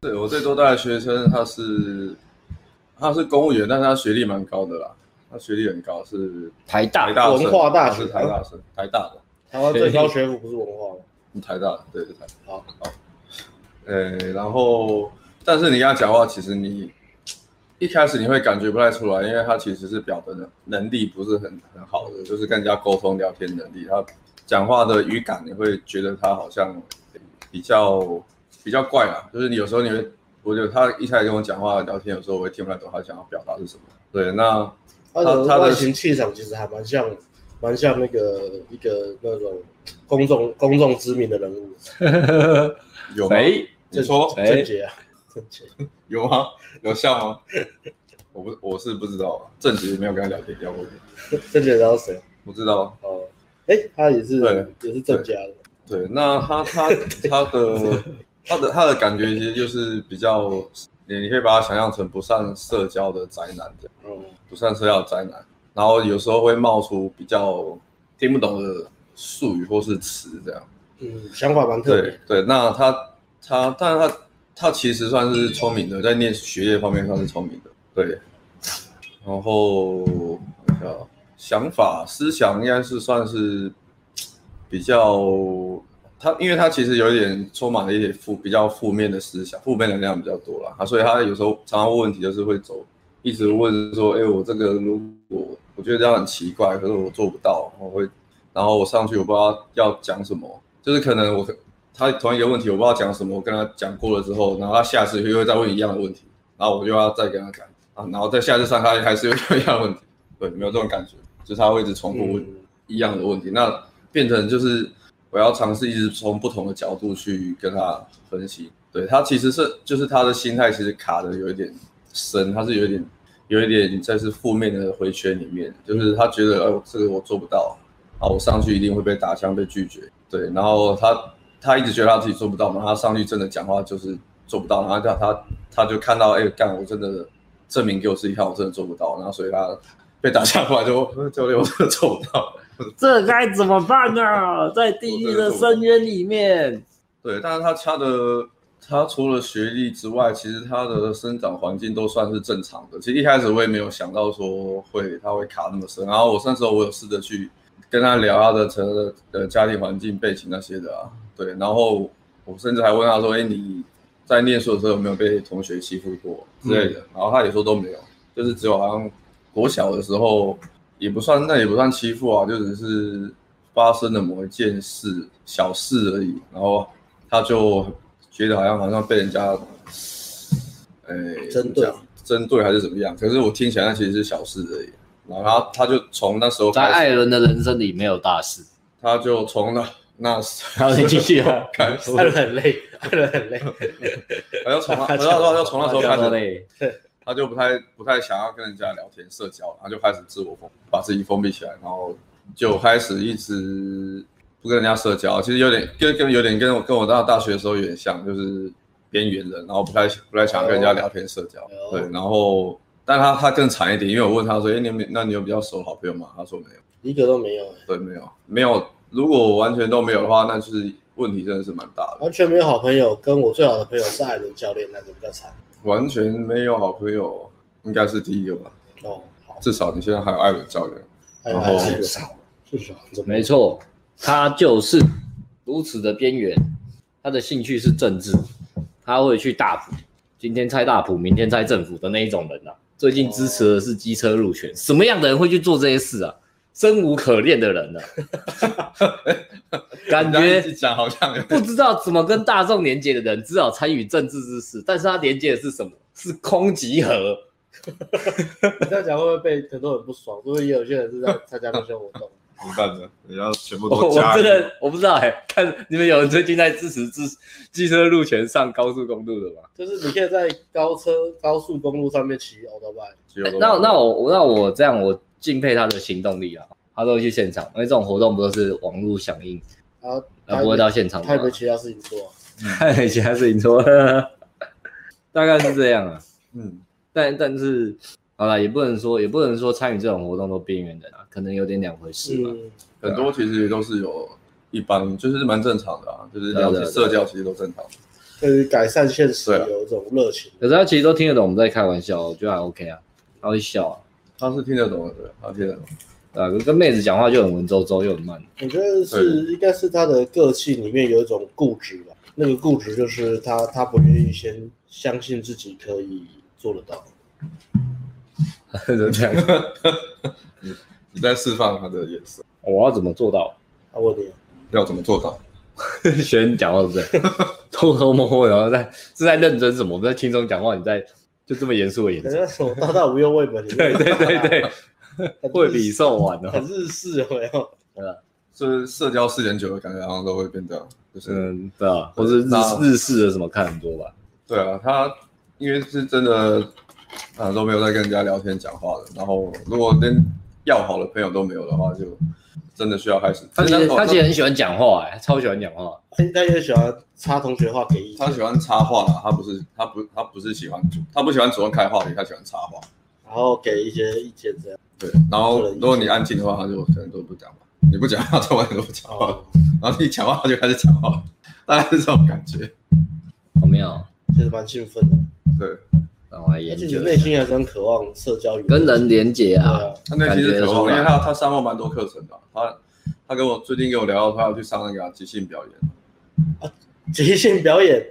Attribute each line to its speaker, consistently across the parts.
Speaker 1: 对我最多带的学生，他是他是公务员，但是他学历蛮高的啦，他学历很高，是
Speaker 2: 台大
Speaker 1: 台大生
Speaker 3: 啊文化大
Speaker 1: 他是
Speaker 3: 学
Speaker 1: 台大生，台大的，嗯
Speaker 3: 台湾 最高学府不是文化吗？
Speaker 1: 台大的，对对台大。
Speaker 3: 好，
Speaker 1: 好，呃，然后但是你跟他讲话，其实你一开始你会感觉不太出来，因为他其实是表达能能力不是很很好的，就是跟人家沟通聊天能力，他讲话的语感你会觉得他好像比较比较怪啦，就是你有时候你会，我觉得他一开始跟我讲话聊天，有时候我会听不太懂他想要表达是什么。对，那
Speaker 3: 他的
Speaker 1: 他的
Speaker 3: 外形气场其实还蛮像，蛮像那个一个那种公众公众知名的人物，
Speaker 1: 有吗？
Speaker 2: 哎，
Speaker 1: 你说
Speaker 2: 哎
Speaker 3: 郑杰啊，郑杰，
Speaker 1: 有吗？ 有效吗？我不，我是不知道啊，正直没有跟他聊天聊过天，
Speaker 3: 郑杰知道谁？
Speaker 1: 不知道啊。
Speaker 3: 哦，哎，他也是
Speaker 1: 对
Speaker 3: 也是郑家啊的，
Speaker 1: 对，那他他他的他的他的感觉其实就是比较，你你可以把他想象成不善社交的宅男这样，
Speaker 3: 嗯，
Speaker 1: 不善社交的宅男，然后有时候会冒出比较听不懂的术语或是词这样。
Speaker 3: 嗯，想法蛮特
Speaker 1: 对
Speaker 3: 别，
Speaker 1: 对，那他他，但是他他其实算是聪明的，在念学业方面算是聪明的，对。然后我想一下啊想法思想应该是算是比较他，因为他其实有一点充满了一点负比较负面的思想，负面能量比较多啦，啊，所以他有时候常常问问题就是会走，一直问说，哎、我这个如果我觉得这样很奇怪，可是我做不到，我会然后我上去我不知道要讲什么，就是可能我可他同一个问题我不知道讲什么，我跟他讲过了之后，然后他下次又会再问一样的问题，然后我就要再跟他讲啊，然后在下次上他还是会一样的问题，对，没有这种感觉，就是他会一直重复问
Speaker 3: 嗯
Speaker 1: 一样的问题，那变成就是我要尝试一直从不同的角度去跟他分析，对他其实是就是他的心态其实卡的有一点深，他是有一点。有一点在是负面的回圈里面，就是他觉得，哦，这个我做不到，啊，我上去一定会被打枪、被拒绝。对，然后他他一直觉得他自己做不到嘛，他上去真的讲话就是做不到，然后他他他就看到，哎、干，我真的证明给我自己看，我真的做不到，然后所以他被打枪过来就，呃教练，我真的做不到。
Speaker 2: 这该怎么办啊？在地狱的深渊里面，
Speaker 1: 对，但是他他的他除了学历之外，其实他的生长环境都算是正常的。其实一开始我也没有想到说会他会卡那么深，然后我那时候我有试着去跟他聊他的成的的家庭环境背景那些的啊，对，然后我甚至还问他说，哎，你在念书的时候有没有被同学欺负过之类的？然后他也说都没有，就是只有好像我小的时候也不算，那也不算欺负啊，就只是发生了某一件事小事而已。然后他就觉得好像好像被人家，哎、
Speaker 3: 针对
Speaker 1: 怎么讲针对还是怎么样？可是我听起来那其实是小事而已。然后他他就从那时候
Speaker 2: 在
Speaker 1: 开
Speaker 2: 艾
Speaker 1: 始，
Speaker 2: 伦的人生里没有大 事。
Speaker 1: 他就从那那时。
Speaker 2: 好，你继续啊
Speaker 1: 开始，
Speaker 3: 艾伦很累，艾伦很累，
Speaker 1: 他就 从那，他就他就从那时候开始
Speaker 2: 嘞，
Speaker 1: 他就不太不太想要跟人家聊天社交，然后就开始自我封，把自己封闭起来，然后就开始一直不跟人家社交。其实有点跟跟有点跟我跟我到大学的时候有点像，就是边缘人，然后不太不太想跟人家聊天社交。
Speaker 3: 哦
Speaker 1: 对，然后但他他更惨一点，因为我问他说：“哎、你有没有那你有比较熟的好朋友吗？”他说没有。
Speaker 3: 一个都没有，哎
Speaker 1: 对，没有没有。如果完全都没有的话，那就是问题真的是蛮大的。
Speaker 3: 完全没有好朋友。跟我最好的朋友是艾伦教练，那个比较惨。
Speaker 1: 完全没有好朋友，应该是第一个吧。
Speaker 3: 哦，好，
Speaker 1: 至少你现在还有艾伦教练。
Speaker 3: 还有还是少，至少怎么
Speaker 2: 没错，他就是如此的边缘。他的兴趣是政治，他会去大埔，今天拆大埔，明天拆政府的那一种人啊。最近支持的是机车入选，什么样的人会去做这些事啊？生无可恋的 人呢、啊感觉
Speaker 1: 这样一讲好像有
Speaker 2: 不知道怎么跟大众连接的人，只好参与政治之事。但是他连接的是什么？是空集合。
Speaker 3: 你这样讲会不会被很多人不爽？就是也有些人是在参加那些活动，
Speaker 1: 怎么办呢？你要全部
Speaker 2: 我
Speaker 1: 都
Speaker 2: 我
Speaker 1: 加
Speaker 2: 真
Speaker 1: 一
Speaker 2: 的我不知道哎、看你们有人最近在支持支机车路权上高速公路的吗？
Speaker 3: 就是你可以在高车高速公路上面骑 o l d b i
Speaker 1: 起我都
Speaker 2: 那那我那我这样，我敬佩他的行动力啊！他都会去现场，因为这种活动不都是网络响应，
Speaker 3: 然后
Speaker 2: 而不会到现场
Speaker 3: 他也没
Speaker 2: 吗？
Speaker 3: 其他事情做啊、
Speaker 2: 太 没其他事情做，大概是这样啊。
Speaker 1: 嗯，
Speaker 2: 但但是好了，也不能说也不能说参与这种活动都边缘人啊，可能有点两回事吧。
Speaker 3: 嗯，
Speaker 1: 很多其实也都是有一般，就是蛮正常的啊，就是
Speaker 2: 对啊
Speaker 1: 聊
Speaker 2: 对啊
Speaker 1: 起社交其实都正常。
Speaker 3: 对于改善现实
Speaker 1: 对啊
Speaker 3: 有一种热情。
Speaker 2: 可是他其实都听得懂我们在开玩笑，我觉得还 OK 啊，他会笑啊，
Speaker 1: 他是听得懂的，对他听得懂。
Speaker 2: 对啊，可是跟妹子讲话就很文绉绉又很慢，
Speaker 3: 我觉得是应该是他的个性里面有一种固执吧，那个固执就是他他不愿意先相信自己可以做得到。
Speaker 2: 就这样。
Speaker 1: 你在释放他的眼神，
Speaker 2: 我要怎么做到？
Speaker 3: 他啊问你，
Speaker 1: 要怎么做到？
Speaker 2: 学你讲话是不是？ 偷偷摸摸，然后在是在认真什么？我们在轻松讲话，你在就这么严肃的眼
Speaker 3: 可
Speaker 2: 神？
Speaker 3: 能什么大大无忧未本，
Speaker 2: 对对对，对，
Speaker 3: 很
Speaker 2: 会
Speaker 3: 日
Speaker 2: 比送完哦。
Speaker 3: 很日式有没有？
Speaker 1: 就是社交四点九的感觉，好像都会变这样。就是、
Speaker 2: 嗯，对啊，或是日
Speaker 1: 那
Speaker 2: 日式的什么看很多吧。
Speaker 1: 对啊，他因为是真的啊都没有在跟人家聊天讲话的，然后如果连要好的朋友都没有的话，就真的需要开始。
Speaker 2: 他其实他其
Speaker 1: 实
Speaker 2: 实很喜欢讲话、哎，他超喜欢讲话。
Speaker 3: 他他也喜欢插同学话给意见
Speaker 1: 他，喜欢插话啦，他不是他不他不是喜欢主他不喜欢主动开话题，他喜欢插话。
Speaker 3: 然后给一些意见这样。
Speaker 1: 对，然后如果你安静的话，他就可能都不讲话。你不讲话，他完全都不讲话。
Speaker 3: 哦，
Speaker 1: 然后你讲话，他就开始讲话，大概是这种感觉。
Speaker 2: 我没有，
Speaker 3: 其实蛮兴奋的，
Speaker 1: 对，
Speaker 2: 让我来
Speaker 3: 而
Speaker 2: 研
Speaker 3: 且你
Speaker 2: 究
Speaker 3: 内
Speaker 2: 一下
Speaker 3: 心还是很渴望社交与
Speaker 2: 跟人连接
Speaker 3: 对
Speaker 2: 啊。
Speaker 3: 啊，
Speaker 1: 他内心是渴
Speaker 2: 感觉得出
Speaker 1: 望，
Speaker 2: 来
Speaker 1: 因为他他上过蛮多课程的啊、他他跟我最近跟我聊到，他要去上那个啊即兴表演，
Speaker 3: 即兴表演，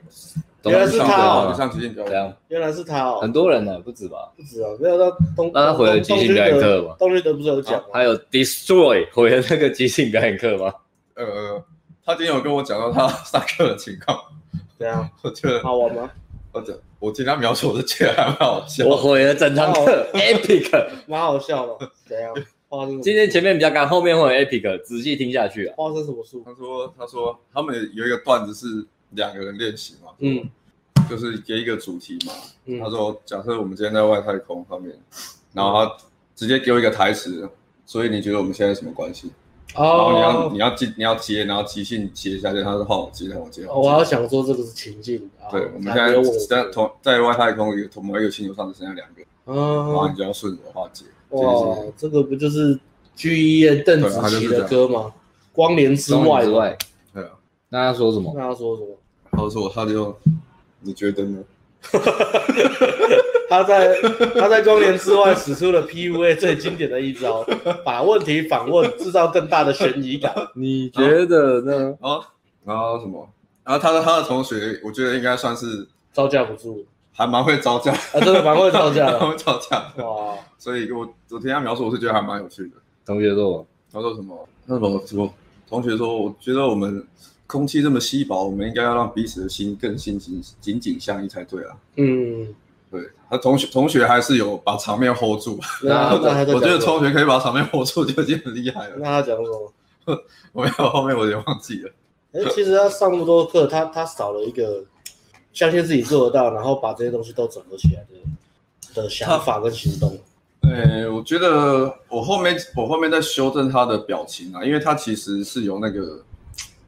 Speaker 2: 懂
Speaker 3: 原来
Speaker 2: 了
Speaker 3: 是
Speaker 1: 上
Speaker 3: 他
Speaker 1: 的去
Speaker 3: 哦，
Speaker 1: 上即兴表
Speaker 2: 怎
Speaker 1: 演
Speaker 2: 样，？
Speaker 3: 原来是他哦
Speaker 2: 啊很，多人呢、不止吧？
Speaker 3: 不止啊，没有到东，
Speaker 2: 那他回了即兴表演课啊吗
Speaker 3: 东旭德不是有讲吗？
Speaker 2: 还有 destroy 回了那个即兴表演课吗？
Speaker 1: 呃，他今天有跟我讲到他 上课的情况，
Speaker 3: 对啊，
Speaker 1: 我觉得
Speaker 3: 好玩吗？
Speaker 1: 我觉得我听他描述， 我就觉得还蛮好笑。
Speaker 2: 我毁了整堂课 epic。
Speaker 3: 蛮好笑的，怎样？发生什
Speaker 2: 今
Speaker 3: 么
Speaker 2: 天前面比较干，后面会有 epic，仔细听下去啊。
Speaker 3: 发生什么事？
Speaker 1: 他说他说他们有一个段子是两个人练习嘛，
Speaker 3: 嗯
Speaker 1: 就是给一个主题嘛，
Speaker 3: 嗯
Speaker 1: 他，说：“假设我们今天在外太空上面，然后他直接给我一个台词，所以你觉得我们现在什么关系？然后你要
Speaker 3: 哦
Speaker 1: 你，要接你要接，然后即兴接下去，他说好，我接，我接，
Speaker 3: 哦我
Speaker 1: 我
Speaker 3: 要
Speaker 1: 接。
Speaker 3: 想说这个是情境啊，
Speaker 1: 对，我们现
Speaker 3: 还没有
Speaker 1: 在
Speaker 3: 我
Speaker 1: 在同在外太空一个同某一个星球上只剩下两个，然后
Speaker 3: 啊
Speaker 1: 你，就要顺着我话接，接
Speaker 3: 哇
Speaker 1: 接，
Speaker 3: 这个不就是 G E 邓紫棋的歌吗？光年之外
Speaker 2: 之
Speaker 3: 吗，
Speaker 2: 外，
Speaker 1: 对啊。
Speaker 2: 那他说什么？
Speaker 3: 那他说什么？
Speaker 1: 他说他就你觉得呢？
Speaker 3: 他在 他在光年之外使出了 PUA 最经典的一招，把问题反问，制造更大的悬疑感。
Speaker 2: 你觉得呢？
Speaker 1: 然后哦然后什么？然后他的他的同学，我觉得应该算是
Speaker 3: 招架不住
Speaker 1: 还蛮会招架，
Speaker 3: 啊，真的蛮会招架
Speaker 1: 还蛮
Speaker 3: 的。
Speaker 1: 会招架的。
Speaker 3: 哇，
Speaker 1: 所以我我听他描述，我是觉得还蛮有趣的。”
Speaker 2: 同学说，
Speaker 1: 他说什么？那种什么同学说，我觉得我们空气这么稀薄，我们应该要让彼此的心更心紧紧紧相依才对啊。
Speaker 3: 嗯，
Speaker 1: 对他同学同学还是有把场面 hold 住，
Speaker 3: 啊那
Speaker 2: 那
Speaker 3: 那他在
Speaker 1: 我觉得
Speaker 3: 讲什么
Speaker 1: 同学可以把场面 hold 住就已经很厉害了。
Speaker 3: 那他讲什么？
Speaker 1: 我没有后面我也忘记了，
Speaker 3: 哎、其实他上那么多课，他他少了一个相信自己做得到，然后把这些东西都整合起来的的想法跟行动。
Speaker 1: 呃，我觉得我后面我后面在修正他的表情啊，因为他其实是有那个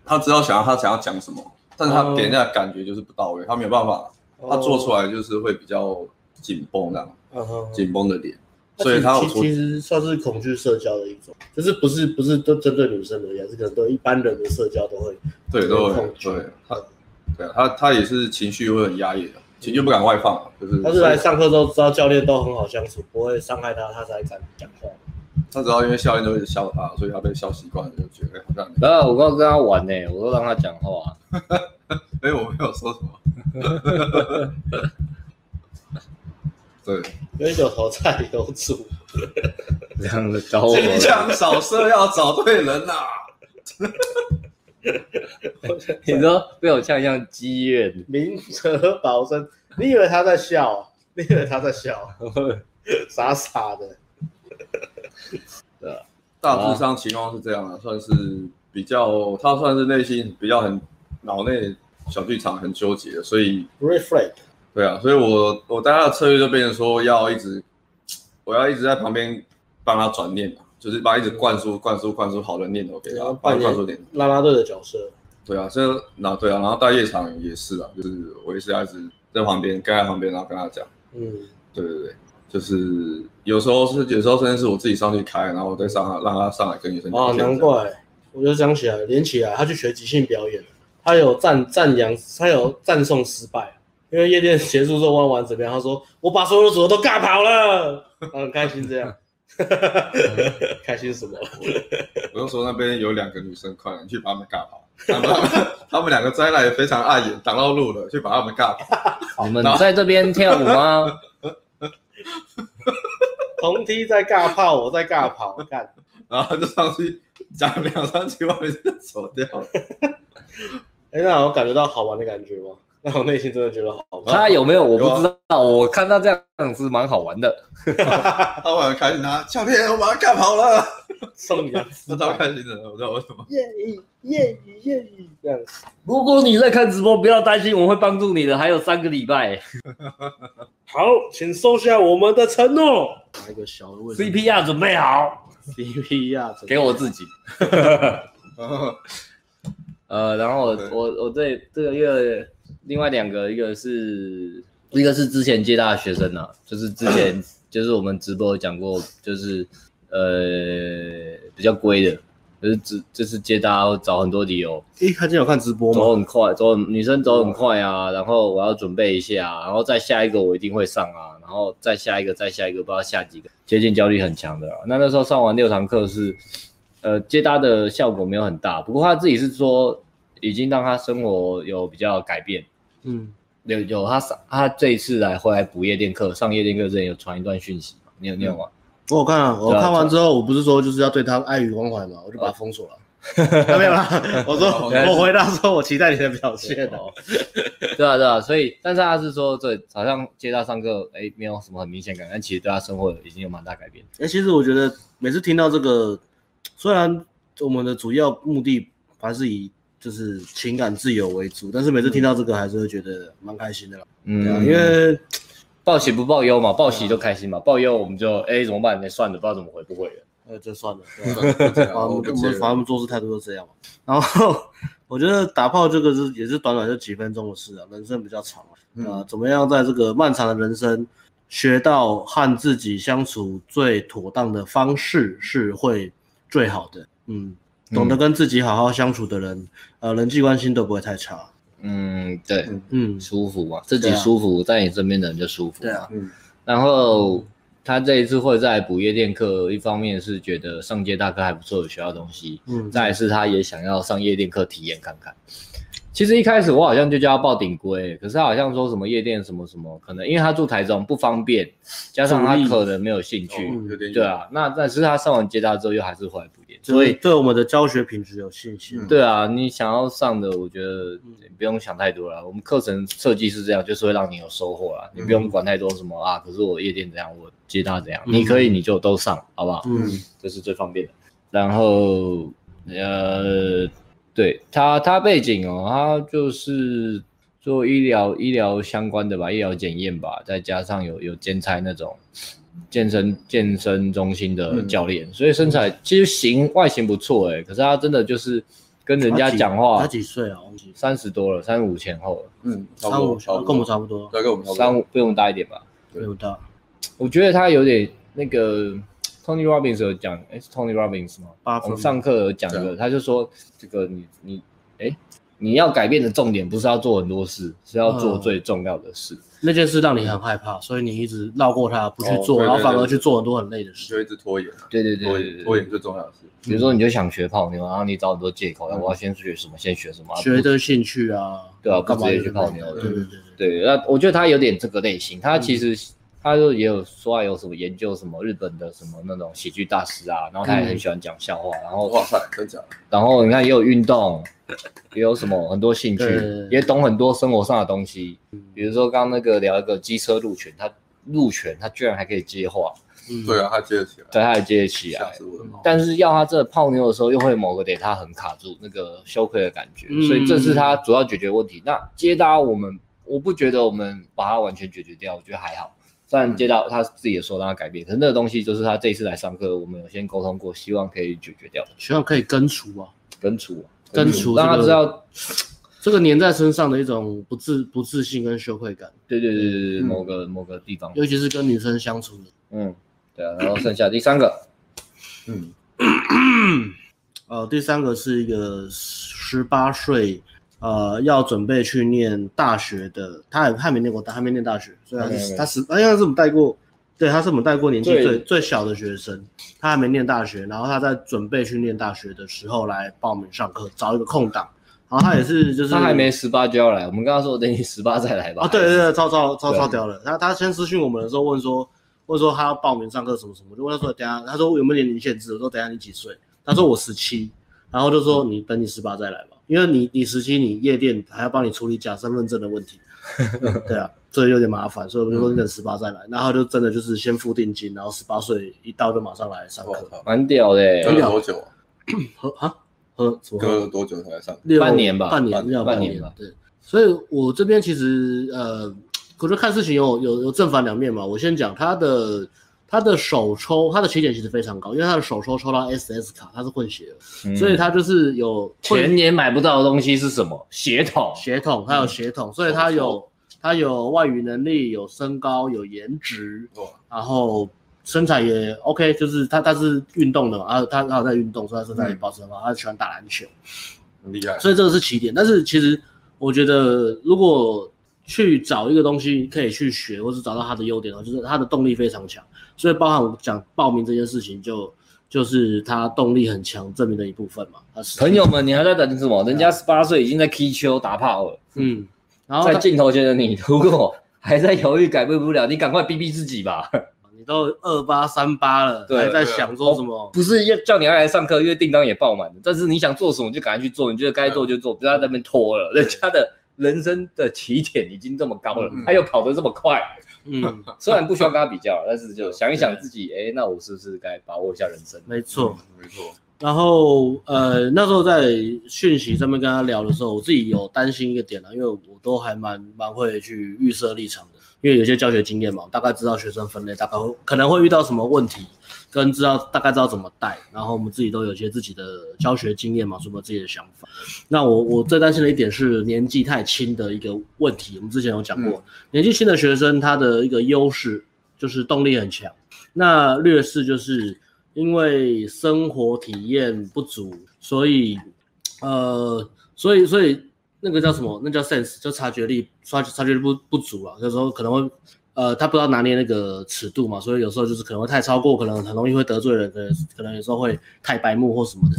Speaker 1: 他知道想要他想要讲什么，但是
Speaker 3: 哦
Speaker 1: 他给人家的感觉就是不到位，他没有办法，他做出
Speaker 3: 来，
Speaker 1: 来就是会比较紧绷这样。
Speaker 3: 嗯哼
Speaker 1: 紧绷的脸，所以他
Speaker 3: 那
Speaker 1: 有
Speaker 3: 哦其
Speaker 1: 出
Speaker 3: 其其实算是恐惧社交的一种，就是不是不是都针对女生而言，是可能对一般人的社交都会。
Speaker 1: 对都有
Speaker 3: 恐惧
Speaker 1: 对他，对啊他他也是情绪会很压抑的，情绪不敢外放，啊就是
Speaker 3: 他是来上课都知道教练都很好相处，不会伤害他，他才敢讲话。
Speaker 1: 他只要因为教练都一直笑他，所以他被笑习惯了，就觉得好像
Speaker 2: 然啊后我刚刚跟他玩呢、我都让他讲话、啊
Speaker 1: 哎我没有说什么， 对，
Speaker 3: 因为有头菜有主，
Speaker 2: 这样子搞我。
Speaker 1: 枪扫射要找对人啊呐，
Speaker 2: 你说被我呛像鸡怨，
Speaker 3: 明哲保身。你以为他在笑哦？ 你以为他在笑？啊傻傻的。哦
Speaker 1: 大致上情况是这样的，算是比较他算是内心比较很脑内小剧场很纠结，所以
Speaker 3: reflect，
Speaker 1: 对啊，所以我我带他的策略就变成说要一直，我要一直在旁边帮他转念嘛，啊就是帮他一直灌输灌输灌输好的念头给
Speaker 3: 然
Speaker 1: 他
Speaker 3: 后，
Speaker 1: 帮
Speaker 3: 扮
Speaker 1: 他灌输
Speaker 3: 演
Speaker 1: 点。
Speaker 3: 啦啦队的角色，
Speaker 1: 对啊，这那对啊，然后到夜场也是啊，就是我也是要一直在旁边跟在旁边，然后跟他讲，
Speaker 3: 嗯，
Speaker 1: 对对对，就是有时候是有时候甚至是我自己上去开，然后我再上他让他上来跟女生聊
Speaker 3: 哦，
Speaker 1: 天
Speaker 3: 难怪，我就想起来，连起来，他去学即兴表演，他有赞赞扬，他有赞颂失败，啊因为夜店结束之后问完怎么样，他说我把所有的组合都尬跑了，他很开心这样，开心什么？
Speaker 1: 我就说那边有两个女生，快点去把她们尬跑。他们他们他们两个在那里非常碍眼，挡到路了，去把他们尬跑。
Speaker 2: 你们在这边跳舞吗？
Speaker 3: 同梯在尬炮，我在尬跑，干
Speaker 1: 然后就上去讲两三句话，就走掉了。
Speaker 3: 哎、让我感觉到好玩的感觉吗？让我内心真的觉得好玩。
Speaker 2: 他有没有我不知道，我看他这样子蛮好玩的。
Speaker 1: 他们很开心啊，教练，我把他尬跑了，
Speaker 3: 送你啊，
Speaker 1: 那超开心的，我不知道为什么。
Speaker 3: 业余业余业余这样。
Speaker 2: 如果你在看直播，不要担心，我会帮助你的。还有三个礼拜
Speaker 3: 好，请收下我们的承诺。拿一个小的问题
Speaker 2: ，CPR 准备好，
Speaker 3: CP 啊，
Speaker 2: 给我自己。呃，然后我
Speaker 1: 对
Speaker 2: 我我这这个月另外两个，一个是一个是之前接大的学生啊，就是之前就是我们直播有讲过，就是呃比较龟的，就是只就是接大家会找很多理由，
Speaker 3: 一看见有看直播
Speaker 2: 走
Speaker 3: 吗？
Speaker 2: 很快，走很女生走很快啊，然后我要准备一下、然后再下一个我一定会上啊，然后再下一个，再下一个，不知道下几个，接近焦虑很强的、啊。那那时候上完六堂课是，呃，接搭的效果没有很大，不过他自己是说已经让他生活有比较改变，
Speaker 3: 嗯，
Speaker 2: 有有他上他这一次来回来补夜店课，上夜店课之前有传一段讯息嘛，你有你有吗？
Speaker 3: 我有看啊，哦我
Speaker 2: 对啊
Speaker 3: 看完之后，我不是说就是要对他爱与关怀嘛，我就把他封锁了。 啊没有啦，我说
Speaker 1: 哦
Speaker 3: 我回答说，我期待你的表现哦。
Speaker 2: 对啊，对啊，所以，但是他是说，对，好像接搭上课，哎，没有什么很明显感，但其实对他生活已经有蛮大改变。
Speaker 3: 哎、其实我觉得每次听到这个，虽然我们的主要目的还是以就是情感自由为主，但是每次听到这个还是会觉得蛮开心的啦。对啊，
Speaker 2: 嗯
Speaker 3: 因为
Speaker 2: 报喜不报忧嘛，报喜就开心嘛，报忧我们就哎、怎么办？那算了，不知道怎么回不回了。
Speaker 3: 呃，这算了，对啊
Speaker 1: 反
Speaker 3: 反正我们我们反正我们做事态度都这样嘛。然后我觉得打炮这个是也是短短就几分钟的事啊，人生比较长啊，
Speaker 1: 嗯
Speaker 3: 啊怎么样在这个漫长的人生学到和自己相处最妥当的方式是会最好的。嗯，懂得跟自己好好相处的人，呃，人际关系都不会太差。
Speaker 2: 嗯，对，
Speaker 3: 嗯，
Speaker 2: 舒服嘛，自己
Speaker 3: 对啊
Speaker 2: 舒服，在你身边的人就舒服。
Speaker 3: 对啊，
Speaker 1: 嗯，
Speaker 2: 然后他这一次会在补夜店课，一方面是觉得上街大课还不错，有学到东西，
Speaker 3: 嗯，
Speaker 2: 再来是他也想要上夜店课体验看看。其实一开始我好像就叫他报顶规，可是他好像说什么夜店什么什么，可能因为他住台中不方便，加上他
Speaker 3: 阻力
Speaker 2: 可能没有兴趣，
Speaker 1: 哦有点
Speaker 2: 对，啊。那但是他上完接搭之后又还是回来补夜，
Speaker 3: 所
Speaker 2: 所
Speaker 3: 以
Speaker 2: 以
Speaker 3: 对我们的教学品质有信心。
Speaker 1: 嗯
Speaker 2: 对啊，你想要上的，我觉得
Speaker 3: 嗯
Speaker 2: 不用想太多了。我们课程设计是这样，就是会让你有收获啦。你不用管太多什么啊，可是我夜店怎样，我接搭怎样，
Speaker 3: 嗯
Speaker 2: 你可以你就都上，好不好？
Speaker 3: 嗯
Speaker 2: 这是最方便的。然后呃，对他他背景哦，他就是做医疗医疗相关的吧，医疗检验吧，再加上有有兼差那种健身健身中心的教练，所以身材其实型外形不错欸诶，可是他真的就是跟人家讲
Speaker 3: 他
Speaker 2: 话，
Speaker 3: 几岁啊？我忘记
Speaker 2: 三十多了，三十五前后了，
Speaker 1: 嗯，差
Speaker 3: 三
Speaker 1: 不
Speaker 3: 五
Speaker 1: 多，
Speaker 3: 岁，
Speaker 1: 差不
Speaker 3: 跟我
Speaker 1: 多，
Speaker 3: 们差不多，
Speaker 1: 对，跟我们差不
Speaker 2: 三
Speaker 1: 多。
Speaker 2: 五比我们大一点吧。
Speaker 1: 对
Speaker 3: 有到。
Speaker 2: 我觉得他有点那个 Tony Robbins 有讲，哎、是 Tony Robbins 吗？
Speaker 3: 八
Speaker 2: 我
Speaker 3: 分
Speaker 2: 们哦上课有讲这个，他就说这个你你哎、你要改变的重点不是要做很多事，是要做
Speaker 3: 嗯
Speaker 2: 最重要的事。
Speaker 3: 那件事让你很害怕，所以你一直绕过它不去
Speaker 1: 哦
Speaker 3: 做，
Speaker 1: 对
Speaker 3: 然后
Speaker 1: 对
Speaker 3: 反而
Speaker 1: 对
Speaker 3: 去做很多很累的
Speaker 1: 你
Speaker 3: 事。
Speaker 1: 就一直拖延啊，
Speaker 2: 对对对
Speaker 1: 拖
Speaker 2: 对
Speaker 1: 延，
Speaker 2: 对嗯
Speaker 1: 拖延
Speaker 2: 对。
Speaker 1: 最重要的事。
Speaker 2: 比如说你就想学泡妞，然后你找很多借口，哎那、我要先学什么，先嗯学什么。啊
Speaker 3: 学的兴趣啊，
Speaker 2: 对啊不
Speaker 3: 干嘛
Speaker 2: 直接
Speaker 3: 一直
Speaker 2: 去泡
Speaker 3: 累
Speaker 2: 妞
Speaker 3: 对
Speaker 2: 的
Speaker 3: 对对对，
Speaker 2: 对，那我觉得他有点这个类型，他其实、他就也有说啊他有什么研究什么日本的什么那种喜剧大师啊，然后他也很喜欢讲笑话，然后
Speaker 1: 哇塞，真假的？
Speaker 2: 然后你看也有运 动，也有什么很多兴趣
Speaker 3: 对，嗯
Speaker 2: 也懂很多生活上的东西。比如说刚刚那个聊一个机车路权，他路权他居然还可以接话，
Speaker 3: 嗯
Speaker 1: 对啊，他接得起来，
Speaker 2: 对，他也接得起
Speaker 1: 吓
Speaker 2: 来
Speaker 1: 死。我了。
Speaker 2: 但是要他真的泡妞的时候，又会某个点他很卡住那个羞愧的感觉，
Speaker 3: 嗯
Speaker 2: 所以这是他主要解决问题。那接搭我们，我不觉得我们把它完全解决掉，我觉得还好。虽然接到他自己也说让他改变，可是那个东西就是他这一次来上课，我们有先沟通过，希望可以解决掉的，
Speaker 3: 希望可以根除啊，
Speaker 2: 根除，
Speaker 3: 根除
Speaker 2: 让他
Speaker 3: 这个
Speaker 2: 嗯知道
Speaker 3: 这个粘在身上的一种不自不自信跟羞愧感，
Speaker 2: 对对对对对，
Speaker 1: 嗯
Speaker 2: 某个某个地方，
Speaker 3: 尤其是跟女生相处的，
Speaker 2: 嗯，对啊，然后剩下第三个，
Speaker 1: 嗯，
Speaker 3: 呃，第三个是一个十八岁
Speaker 4: 呃要准备去念大学的，他还他没念过大，他没念大学，所以他
Speaker 2: 没有没
Speaker 4: 是
Speaker 2: 有
Speaker 4: 他是哎呀，是我们带过，对，他是我们带过年纪
Speaker 2: 对
Speaker 4: 最最小的学生，他还没念大学，然后他在准备去念大学的时候来报名上课，找一个空档，然后他也是就是
Speaker 2: 他还没十八就要来，我们跟他说等你十八再来吧。
Speaker 4: 啊，对对对，超超超
Speaker 2: 对
Speaker 4: 超屌了。他他先私讯我们的时候问说，问说他要报名上课什么什么，我就问他说等一下，他说有没有年龄限制？我说等一下你几岁？他说我十七，然后就说你等你十八再来吧，因为你你十七你夜店还要帮你处理假身份证的问题，对啊，所以有点麻烦，所以我就说你等十八再来。然后他就真的就是先付定金，然后十八岁一到就马上来上
Speaker 1: 我
Speaker 4: 课，
Speaker 1: 操，
Speaker 2: 蛮屌的欸、
Speaker 4: 嗯
Speaker 1: 隔了多久啊？
Speaker 4: 喝啊喝什么喝
Speaker 1: 隔了多久才来上？
Speaker 4: 六
Speaker 2: 半年吧
Speaker 4: 半年要
Speaker 2: 半
Speaker 4: 半
Speaker 2: 年
Speaker 4: 年
Speaker 2: 吧。
Speaker 4: 对，所以我这边其实呃，我觉得看事情有有有正反两面嘛。我先讲他的他的首抽，他的起点其实非常高，因为他的首抽抽到 SS 卡，他是混血儿，所以他就是有混
Speaker 2: 嗯前年买不到的东西是什么？血统。嗯
Speaker 4: 血统，他有血统，所以他
Speaker 1: 首
Speaker 4: 有他有外语能力，有身高，有颜值，
Speaker 1: 哇，
Speaker 4: 然后身材也 OK，就是他他是运动的嘛，啊他他有在运动，所以他身材也
Speaker 2: 嗯
Speaker 4: 保持很好，他喜欢打篮球。
Speaker 1: 很厉害。
Speaker 4: 所以这个是起点。但是其实我觉得，如果去找一个东西可以去学，或是找到它的优点的话，就是它的动力非常强。所以包含我讲报名这件事情就，就是它动力很强证明的一部分嘛。它是
Speaker 2: 朋友，们，你还在等什么？
Speaker 4: 啊
Speaker 2: 人家十八岁已经在踢球打炮了，
Speaker 4: 嗯，然后
Speaker 2: 在
Speaker 4: 它
Speaker 2: 镜头前的你，如果还在犹豫改变不了，你赶快逼逼自己 吧。
Speaker 4: 你都二八三八了，
Speaker 2: 对
Speaker 4: 还在
Speaker 1: 对
Speaker 4: 想说什么？
Speaker 2: 不是要叫你要来上课，因为订单也爆满了，但是你想做什么就赶快去做，你觉得该做就
Speaker 4: 嗯
Speaker 2: 做，不要在那边拖了。人家的人生的起点已经这么高了
Speaker 1: 嗯，
Speaker 2: 他又跑得这么快，
Speaker 4: 嗯，
Speaker 2: 虽然不需要跟他比 较，但是就想一想自己，哎，那我是不是该把握一下人生？
Speaker 4: 没错。
Speaker 1: 嗯，没错，
Speaker 4: 然后呃，那时候在讯息上面跟他聊的时候，我自己有担心一个点啦，因为我都还蛮蛮会去预设立场的，因为有些教学经验嘛，我大概知道学生分类，大概会可能会遇到什么问题，跟知道大概知道怎么带，然后我们自己都有一些自己的教学经验嘛，什么自己的想法。那我我最担心的一点是年纪太轻的一个问题，我们之前有讲过，年纪轻的学生他的一个优势就是动力很强。那劣势就是因为生活体验不足，所以呃，所以所以那个叫什么？那叫 sense，就察觉力，察察觉力不不足啊。有时候可能会呃，他不知道拿捏那个尺度嘛，所以有时候就是可能会太超过，可能很容易会得罪人，可能可能有时候会太白目或什么的。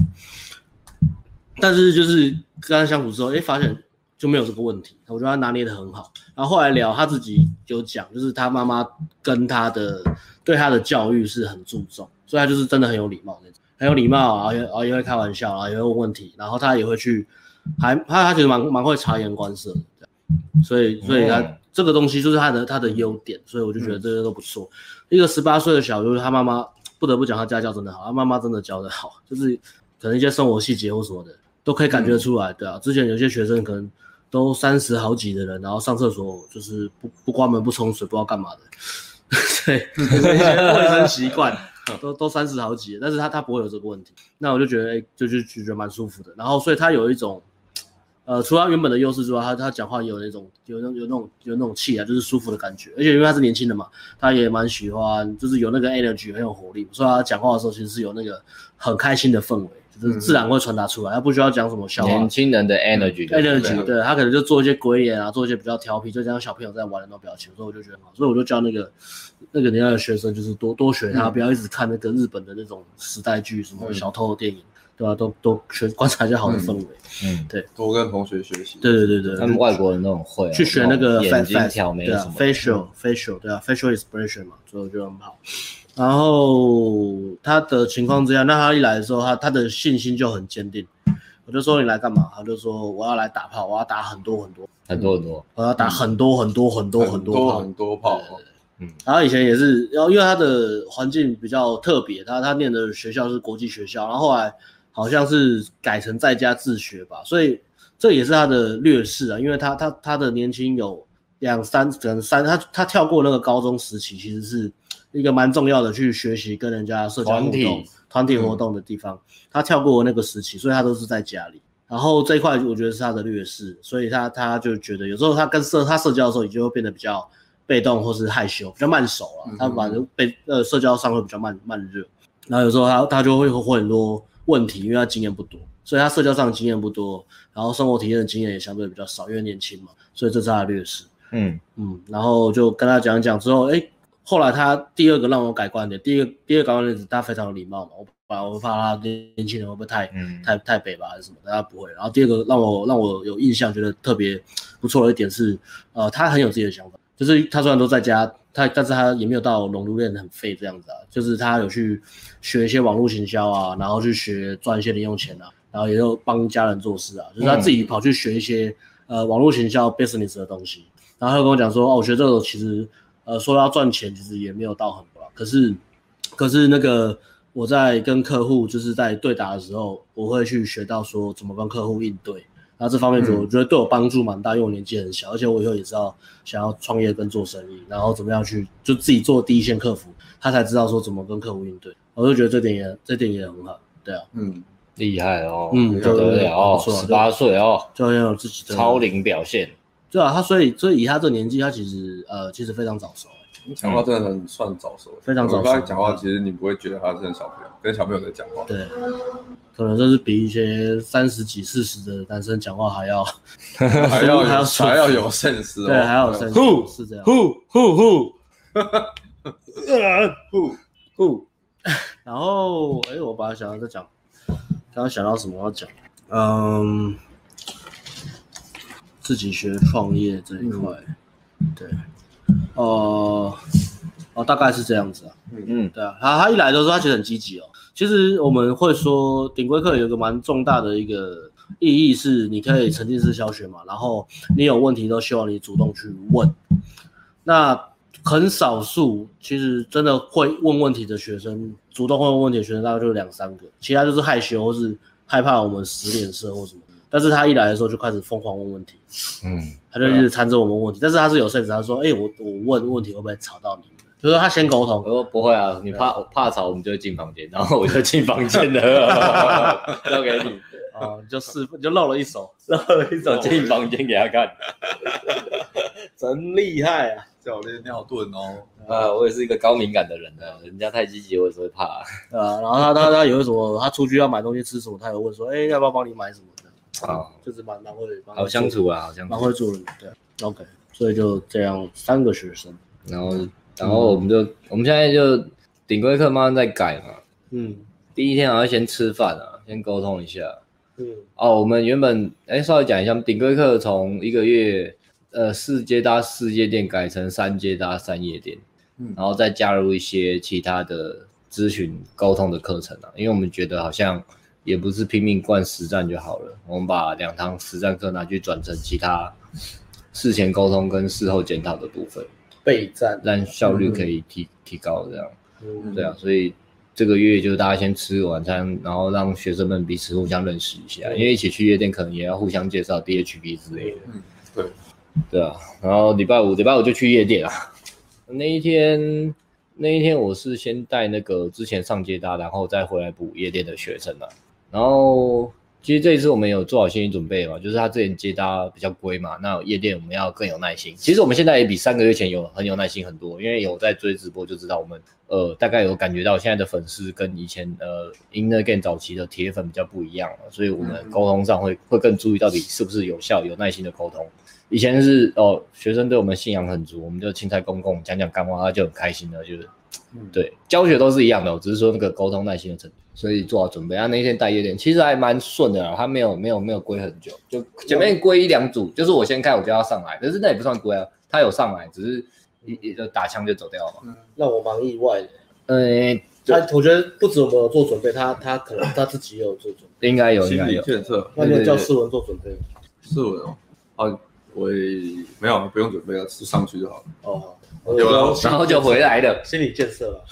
Speaker 4: 但是就是跟他相处之后，哎，发现就没有这个问题，我觉得他拿捏的很好。然后后来聊他自己有讲，就是他妈妈跟他的对他的教育是很注重，所以他就是真的很有礼貌那种，很有礼貌，然后也然后也会开玩笑，然后也会问问题，然后他也会去，还他他其实蛮蛮会察言观色的，这样所以所以他、
Speaker 2: 嗯
Speaker 4: 这个东西就是他的他的优点，所以我就觉得这些都不错。一个十八岁的小就是他妈妈不得不讲他家教真的好，他妈妈真的教的好，就是可能一些生活细节或什么的都可以感觉出来，对啊，之前有些学生可能。都三十好几的人，然后上厕所就是不不关门不冲水，不知道干嘛的，对，就是一些卫生习惯，都都三十好几了，但是他他不会有这个问题，那我就觉得哎、就就就觉得蛮舒服的。然后所以他有一种，呃，除了他原本的优势之外，他他讲话也有那种有那种有那种有那种气啊，就是舒服的感觉。而且因为他是年轻的嘛，他也蛮喜欢，就是有那个 energy 很有活力，所以他讲话的时候其实是有那个很开心的氛围，就是自然会传达出来，他不需要讲什么笑话
Speaker 2: 年。轻人的 energy，
Speaker 4: 哎，对
Speaker 1: 对
Speaker 4: 对对，他可能就做一些鬼脸啊，做一些比较调皮，就像小朋友在玩的那种表情，所以我就觉得很好，所以我就教那个那个年代的学生，就是多多学
Speaker 2: 嗯
Speaker 4: 他，不要一直看那个日本的那种时代剧，什么
Speaker 1: 嗯
Speaker 4: 小偷的电影，对吧、都都学观察一下好的氛围。
Speaker 2: 嗯，
Speaker 1: 多跟同学学习。
Speaker 4: 对对对
Speaker 2: 他
Speaker 4: 对
Speaker 2: 们，外国人都很会啊
Speaker 4: 嗯去学那个
Speaker 2: 眼
Speaker 4: fa-
Speaker 2: 睛
Speaker 4: fa-
Speaker 2: 挑眉
Speaker 4: 对
Speaker 2: 什
Speaker 4: 啊
Speaker 2: 么的
Speaker 4: ，facial facial 对啊，facial expression 嘛，所以我觉得很好。然后他的情况之下，那他一来的时候，他他的信心就很坚定。我就说你来干嘛？他就说我要来打炮，我要打很多很多。
Speaker 2: 很多很多，
Speaker 4: 我要呃打很多很多很多很多炮
Speaker 1: 很。多炮，
Speaker 4: 然后以前也是，然后因为他的环境比较特别，他他念的学校是国际学校，然后后来好像是改成在家自学吧，所以这也是他的劣势啊，因为他他他的年轻有两三可能三，他他跳过那个高中时期，其实是一个蛮重要的去学习跟人家社交互
Speaker 2: 团体
Speaker 4: 动、团体活动的地方，他跳过那个时期，所以他都是在家里。然后这一块我觉得是他的劣势，所以他他就觉得有时候他跟社他社交的时候，你就会变得比较被动或是害羞，比较慢熟了、
Speaker 1: 嗯
Speaker 4: 他反正被呃社交上会比较慢慢热，然后有时候他他就会会有很多问题，因为他经验不多，所以他社交上的经验不多，然后生活体验的经验也相对比较少，因为年轻嘛，所以这是他的劣势。
Speaker 2: 嗯，
Speaker 4: 嗯，然后就跟他讲讲之后，哎，后来他第二个让我改观点，第二第二个改观点是他非常有礼貌嘛，我怕我怕他年年轻人会不会太
Speaker 2: 嗯
Speaker 4: 太太北吧还是什么的，他不会。然后第二个让我让我有印象，觉得特别不错的一点是，呃，他很有自己的想法，就是他虽然都在家，他但是他也没有到融入链很废这样子啊，就是他有去学一些网络行销啊，然后去学赚一些零用钱啊，然后也有帮家人做事啊，就是他自己跑去学一些、呃网络行销 business 的东西。然后他就跟我讲说，哦，我觉得这个其实，呃，说要赚钱，其实也没有到很多啦。可是，可是那个我在跟客户就是在对答的时候，我会去学到说怎么跟客户应对。然后这方面
Speaker 1: 嗯
Speaker 4: 我觉得对我帮助蛮大，因为我年纪很小，而且我以后也知道想要创业跟做生意，然后怎么样去就自己做第一线客服，他才知道说怎么跟客户应对。我就觉得这点也这点也很好，对啊，
Speaker 1: 嗯，
Speaker 2: 厉害哦，
Speaker 4: 嗯
Speaker 2: 不得了哦，
Speaker 4: 对对对
Speaker 2: 十八岁哦，
Speaker 4: 就很有自己的
Speaker 2: 超龄表现，
Speaker 4: 对啊，他所以所以以他这年纪，他其实呃其实非常早熟、
Speaker 1: 你讲话真的很算早熟，
Speaker 4: 非常早熟
Speaker 1: 我刚才讲话，其实你不会觉得他是很小朋友，跟小朋友在讲话。
Speaker 4: 对，可能就是比一些三十几、四十的男生讲话还要
Speaker 1: 还要有
Speaker 4: 还要舒服
Speaker 1: 还要有 sense 哦，
Speaker 4: 对，还要深
Speaker 2: Who？
Speaker 4: 是这样。
Speaker 2: 呼呼呼，
Speaker 1: 不
Speaker 4: 不，然后哎、我把它想要再讲，刚刚想到什么要讲？嗯，自己学创业这一块，对，哦、哦，大概是这样子啊。
Speaker 2: 嗯
Speaker 4: 对啊，他他一来的时候，他其实很积极哦。其实我们会说，顶规课有一个蛮重大的一个意义是，你可以沉浸式教学嘛，然后你有问题都希望你主动去问。那很少数，其实真的会问问题的学生，主动会问问题的学生大概就是两三个，其他就是害羞或是害怕我们使脸色或什么。但是他一来的时候就开始疯狂问问题，
Speaker 2: 嗯，
Speaker 4: 他就一直缠着我们问题，但是他是有 sense，他说：“哎、我我问问题会不会吵到你们？”就是他先沟通
Speaker 2: 我，说不会啊，你怕我怕吵，我们就会进房间，然后我就进房间 了，交给你，
Speaker 4: 啊，你就示范，你就 露了一手，
Speaker 2: 然后一走进房间给他看，
Speaker 4: 真厉害啊！
Speaker 1: 教练尿遁哦，
Speaker 2: 啊，我也是一个高敏感的人呢，人家太积极，我也是会怕，
Speaker 4: 对啊，然后他他他有什么，他出去要买东西吃什么，他有问说，哎、要不要帮你买什么的，
Speaker 2: 啊，
Speaker 4: 就是蛮蛮会蛮会
Speaker 2: 好相处啊，好相
Speaker 4: 做，蛮
Speaker 2: 处，
Speaker 4: 会做人的。对，OK，所以就这样，三个学生，
Speaker 2: 然后然后我们就我们现在就顶规课慢慢在改嘛，
Speaker 4: 嗯
Speaker 2: 第一天好像先吃饭啊，先沟通一下。
Speaker 4: 嗯
Speaker 2: 哦，我们原本哎，稍微讲一下，我们顶规课从一个月呃四阶搭四阶店改成三阶搭三夜店，
Speaker 1: 嗯
Speaker 2: 然后再加入一些其他的咨询沟通的课程啊，因为我们觉得好像也不是拼命灌实战就好了，我们把两堂实战课拿去转成其他事前沟通跟事后检讨的部分，
Speaker 4: 备战，
Speaker 2: 让效率可以提、提高这样。
Speaker 4: 嗯
Speaker 2: 对啊，所以这个月就是大家先吃个晚餐，然后让学生们彼此互相认识一下，因为一起去夜店可能也要互相介绍 DHB 之类的。
Speaker 1: 对，
Speaker 2: 对啊，然后礼拜五礼拜五就去夜店啊。 那一天那一天我是先带那个之前上街搭，然后再回来补夜店的学生啊。然后其实这一次我们有做好心理准备嘛，就是他之前接搭比较龟嘛，那夜店我们要更有耐心。其实我们现在也比三个月前有很有耐心很多，因为有在追直播就知道我们呃大概有感觉到现在的粉丝跟以前呃 Inner Game 早期的铁粉比较不一样了，所以我们
Speaker 1: 嗯
Speaker 2: 沟通上会会更注意到底是不是有效有耐心的沟通。以前是哦，学生对我们信仰很足，我们就青菜公公讲讲干话，他就很开心了，就是
Speaker 1: 嗯，
Speaker 2: 对，教学都是一样的，只是说那个沟通耐心的程度，所以做好准备。他、那一天带夜店，其实还蛮顺的啦，他没有没有没有归很久，就前面归一两组，就是我先开我就要上来，但是那也不算归啊，他有上来，只是也也就打枪就走掉了嘛。
Speaker 1: 嗯，
Speaker 4: 让我蛮意外的。
Speaker 2: 嗯，
Speaker 4: 他我觉得不止我们有做准备，他他可能他自己也有做准备，
Speaker 2: 应该有，应
Speaker 1: 心
Speaker 2: 该
Speaker 1: 理
Speaker 2: 有。
Speaker 1: 建设
Speaker 4: 那就叫世文做准备
Speaker 1: 是我哦，啊，我也没有不用准备了，就上去就好了。
Speaker 4: 哦。
Speaker 1: 有啊
Speaker 2: 然后就回来了，
Speaker 4: 心理建设了，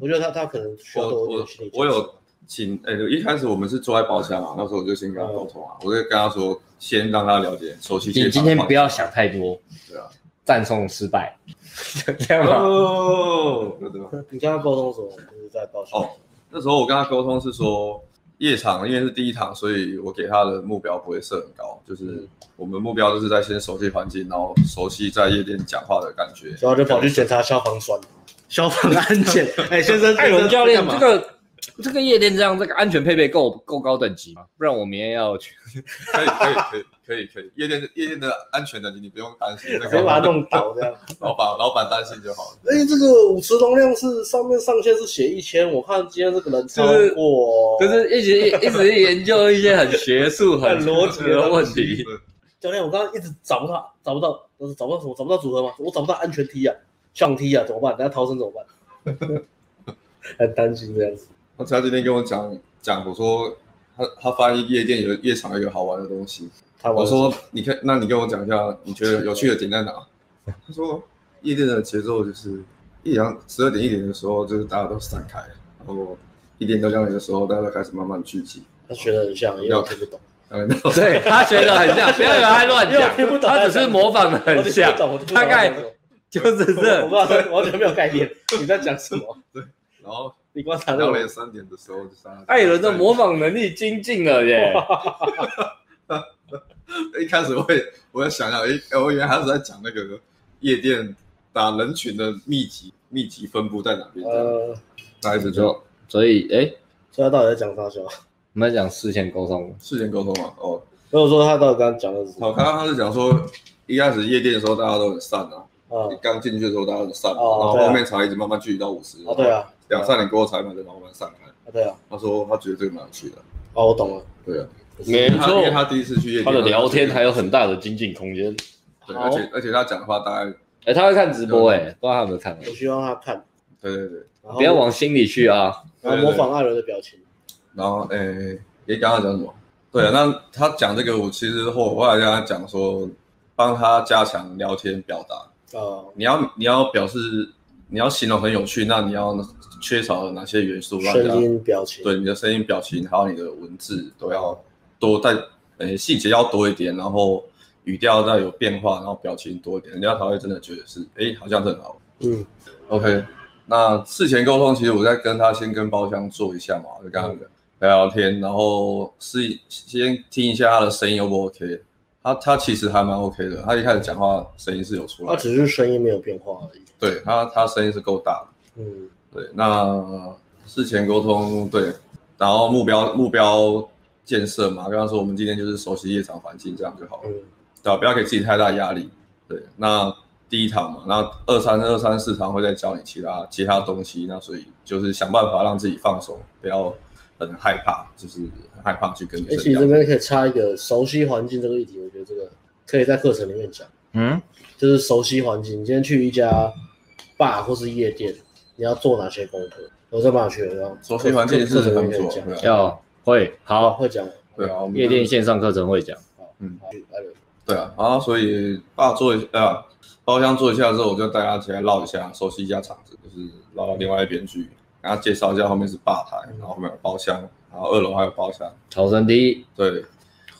Speaker 4: 我觉得他他可能需要
Speaker 1: 我
Speaker 4: 多一
Speaker 1: 我
Speaker 4: 点心理建设。
Speaker 1: 我有请，哎、一开始我们是坐在包厢嘛，那时候我就先跟他沟通啊，我就跟他说，先让他了解熟悉现
Speaker 2: 你
Speaker 1: 场。
Speaker 2: 今天不要想太多，
Speaker 1: 对啊，
Speaker 2: 赞颂失败， 这样吗？
Speaker 1: 哦，对对吧？
Speaker 4: 你跟他沟通什么？就是在报销。
Speaker 1: 哦那时候我跟他沟通是说，夜场因为是第一堂，所以我给他的目标不会设很高，就是我们目标就是在先熟悉环境，然后熟悉在夜店讲话的感觉。
Speaker 4: 然后就跑去检查消防栓、消防安检。哎、先生，
Speaker 2: 艾伦教练，
Speaker 4: 这
Speaker 2: 这
Speaker 4: 个
Speaker 2: 个这个夜店这样，这个安全配备够够高等级吗？不然我明天要去，
Speaker 1: 可以可以可以可以可以，夜店夜店的安全等级你不用担心，那
Speaker 4: 直
Speaker 1: 个
Speaker 4: 接
Speaker 3: 啊
Speaker 4: 把它弄倒这样。
Speaker 1: 老板老板担心就好了。
Speaker 3: 哎、这个舞池容量是上面上限是写一千，我看今天这个人超过，哦
Speaker 2: 就是一直一直研究一些很学 术、很
Speaker 4: 很逻辑的
Speaker 2: 的问题。
Speaker 3: 教练，我刚刚一直找不到，找不到，我找不到什么，找不到组合嘛，我找不到安全梯啊，上梯啊，怎么办？等下逃生怎么办？ 很担心这样子。
Speaker 1: 他他今天跟我讲讲，我说他他发现夜店有夜场有一个好玩的东西，
Speaker 3: 他玩
Speaker 1: 我说你看，那你跟我讲一下，你觉得有趣的点在哪？他说夜店的节奏就是一两十二点一点的时候，就是大家都散开，然后一点到两点的时候，大家开始慢慢聚集，
Speaker 3: 他学的很像，因为我听不懂，
Speaker 1: 然后到
Speaker 2: 对他学的很像，不要以为他乱
Speaker 4: 因为我
Speaker 2: 讲
Speaker 4: 听不，懂
Speaker 2: 他只是模仿的很像
Speaker 3: 我听不懂我听，不懂
Speaker 2: 大概就是
Speaker 3: 我我
Speaker 2: 这
Speaker 3: 不。知道他，我完全没有概念， 你在讲什么？
Speaker 1: 然后
Speaker 3: 你观察到
Speaker 1: 两
Speaker 3: 了
Speaker 1: 点三点的时候，就大家
Speaker 2: 艾伦的模仿能力精进了耶，
Speaker 1: 一开始会，我在想想，诶，我以为他是在讲那个夜店打人群的密集密集分布在哪边，
Speaker 3: 呃，
Speaker 1: 大家就
Speaker 2: 所以哎，
Speaker 3: 所以他到底在讲啥笑？
Speaker 2: 我们在讲事前沟通，
Speaker 1: 事先沟通嘛。哦，
Speaker 3: 所以我说他到底刚刚讲的是什么？
Speaker 1: 好，刚刚他是讲说，一开始夜店的时候大家都很散啊，
Speaker 3: 啊
Speaker 1: 你刚进去的时候大家很散，然
Speaker 3: 哦
Speaker 1: 后
Speaker 3: 对啊
Speaker 1: 后面才一直慢慢聚集到五十，
Speaker 3: 啊，对，啊，
Speaker 1: 两三点过后才慢慢慢慢散开。
Speaker 3: 啊对啊，
Speaker 1: 他说他觉得这个蛮有趣的，
Speaker 3: 哦，我懂了。
Speaker 1: 对啊，
Speaker 2: 没
Speaker 1: 因为他因为他第一次去夜店，
Speaker 2: 哎他的聊天还
Speaker 1: 有
Speaker 2: 有很大的精进空间。
Speaker 1: 对，而且而且他讲的话大概，
Speaker 2: 哎，他会看直播哎，不知道他有没有看，
Speaker 3: 我希望他看，
Speaker 1: 对对对，
Speaker 3: 然后
Speaker 2: 不要往心里去啊。
Speaker 3: 然后模仿艾伦的表情。
Speaker 1: 然后诶，你刚刚讲什么？对，啊那他讲这个，我其实后后来跟他讲说，帮他加强聊天表达。
Speaker 3: 哦，
Speaker 1: 你要你要表示，你要形容很有趣，那你要缺少了哪些元素？让
Speaker 3: 声
Speaker 1: 人家
Speaker 3: 音、表情，
Speaker 1: 对你的声音、表情，还有你的文字都要多带，诶，细节要多一点，然后语调要有变化，然后表情多一点，人家才会真的觉得是，诶，好像是很好玩。
Speaker 3: 嗯，
Speaker 1: OK，那事前沟通，其实我在跟他先跟包厢做一下嘛，就跟他聊聊天，然后是先听一下他的声音 O 不 OK。他他其实还蛮 OK 的，他一开始讲话声音是有出来
Speaker 3: 他
Speaker 1: 的，
Speaker 3: 只是声音没有变化而已。
Speaker 1: 对他他声音是够大
Speaker 3: 嗯，
Speaker 1: 的。对，那事前沟通对，然后目标目标建设嘛，刚刚说我们今天就是熟悉夜场环境，这样就好了。
Speaker 3: 嗯
Speaker 1: 对啊，不要给自己太大压力。对，那第一堂嘛，那二三二三四堂会再教你其他其他东西，那所以就是想办法让自己放松，不要很害怕，就是很害怕去跟女
Speaker 3: 哎，
Speaker 1: 生
Speaker 3: 其实
Speaker 1: 聊
Speaker 3: 这。边可以插一个熟悉环境这个议题，我觉得这个可以在课程里面讲，
Speaker 2: 嗯，
Speaker 3: 就是熟悉环境。你今天去一家 bar 或是夜店，你要做哪些功课？我在马学上
Speaker 1: 熟悉环境是
Speaker 3: 课程里
Speaker 1: 很不
Speaker 3: 面可以
Speaker 1: 错，
Speaker 3: 讲，
Speaker 1: 对啊，
Speaker 2: 要会好，
Speaker 3: 会讲
Speaker 1: 对啊，我们
Speaker 2: 夜店线上课程会讲。
Speaker 3: 好艾伦
Speaker 1: 对啊，然后所以爸做一啊包厢做一下之后，我就带他起来绕一下，熟悉一下场子，就是绕到另外一边去，给他介绍一下后面是吧台，然后后面有包厢，然后二楼还有包厢，
Speaker 2: 逃生第一，
Speaker 1: 对，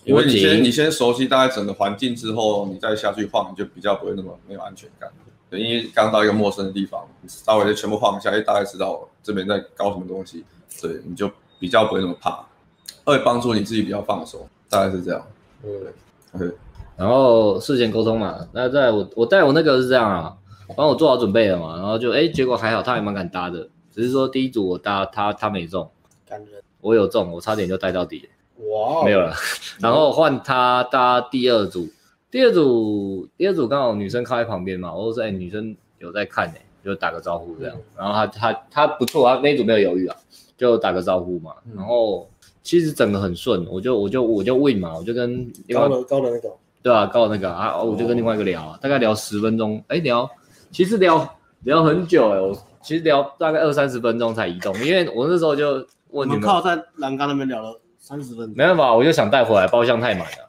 Speaker 1: 因
Speaker 2: 我
Speaker 1: 为你
Speaker 2: 姐
Speaker 1: 先你先熟悉大概整个环境之后，你再下去晃，你就比较不会那么没有安全感。对，因为刚到一个陌生的地方，稍微就全部晃一下，哎，大概知道这边在搞什么东西，对，你就比较不会那么怕，会帮助你自己比较放松，大概是这样。
Speaker 3: 嗯，
Speaker 1: OK，
Speaker 2: 然后事前沟通嘛。那在我我带我那个是这样啊，帮我做好准备了嘛，然后就哎，结果还好，他还蛮敢搭的，只是说第一组我搭他他没中，
Speaker 3: 感人，
Speaker 2: 我有中，我差点就带到底，
Speaker 3: 哇哦，
Speaker 2: 没有了。 然后换他搭第二组，第二组第二组刚好女生靠在旁边嘛，我就说哎，女生有在看哎、就打个招呼这样。然后他他他不错，他那一组没有犹豫啊，就打个招呼嘛。然后其实整个很顺，我就我就我就 win 嘛，我就跟另外
Speaker 3: 高的高的那个，
Speaker 2: 对啊，告那个啊，啊我就跟另外一个聊，啊，大概聊十分钟，哎、聊，其实聊聊很久哎、我其实聊大概二三十分钟才移动，因为我那时候就
Speaker 3: 我
Speaker 2: 问你们，
Speaker 3: 们靠在栏杆那边聊了三十分钟，
Speaker 2: 没办法，我就想带回来，包厢太满了，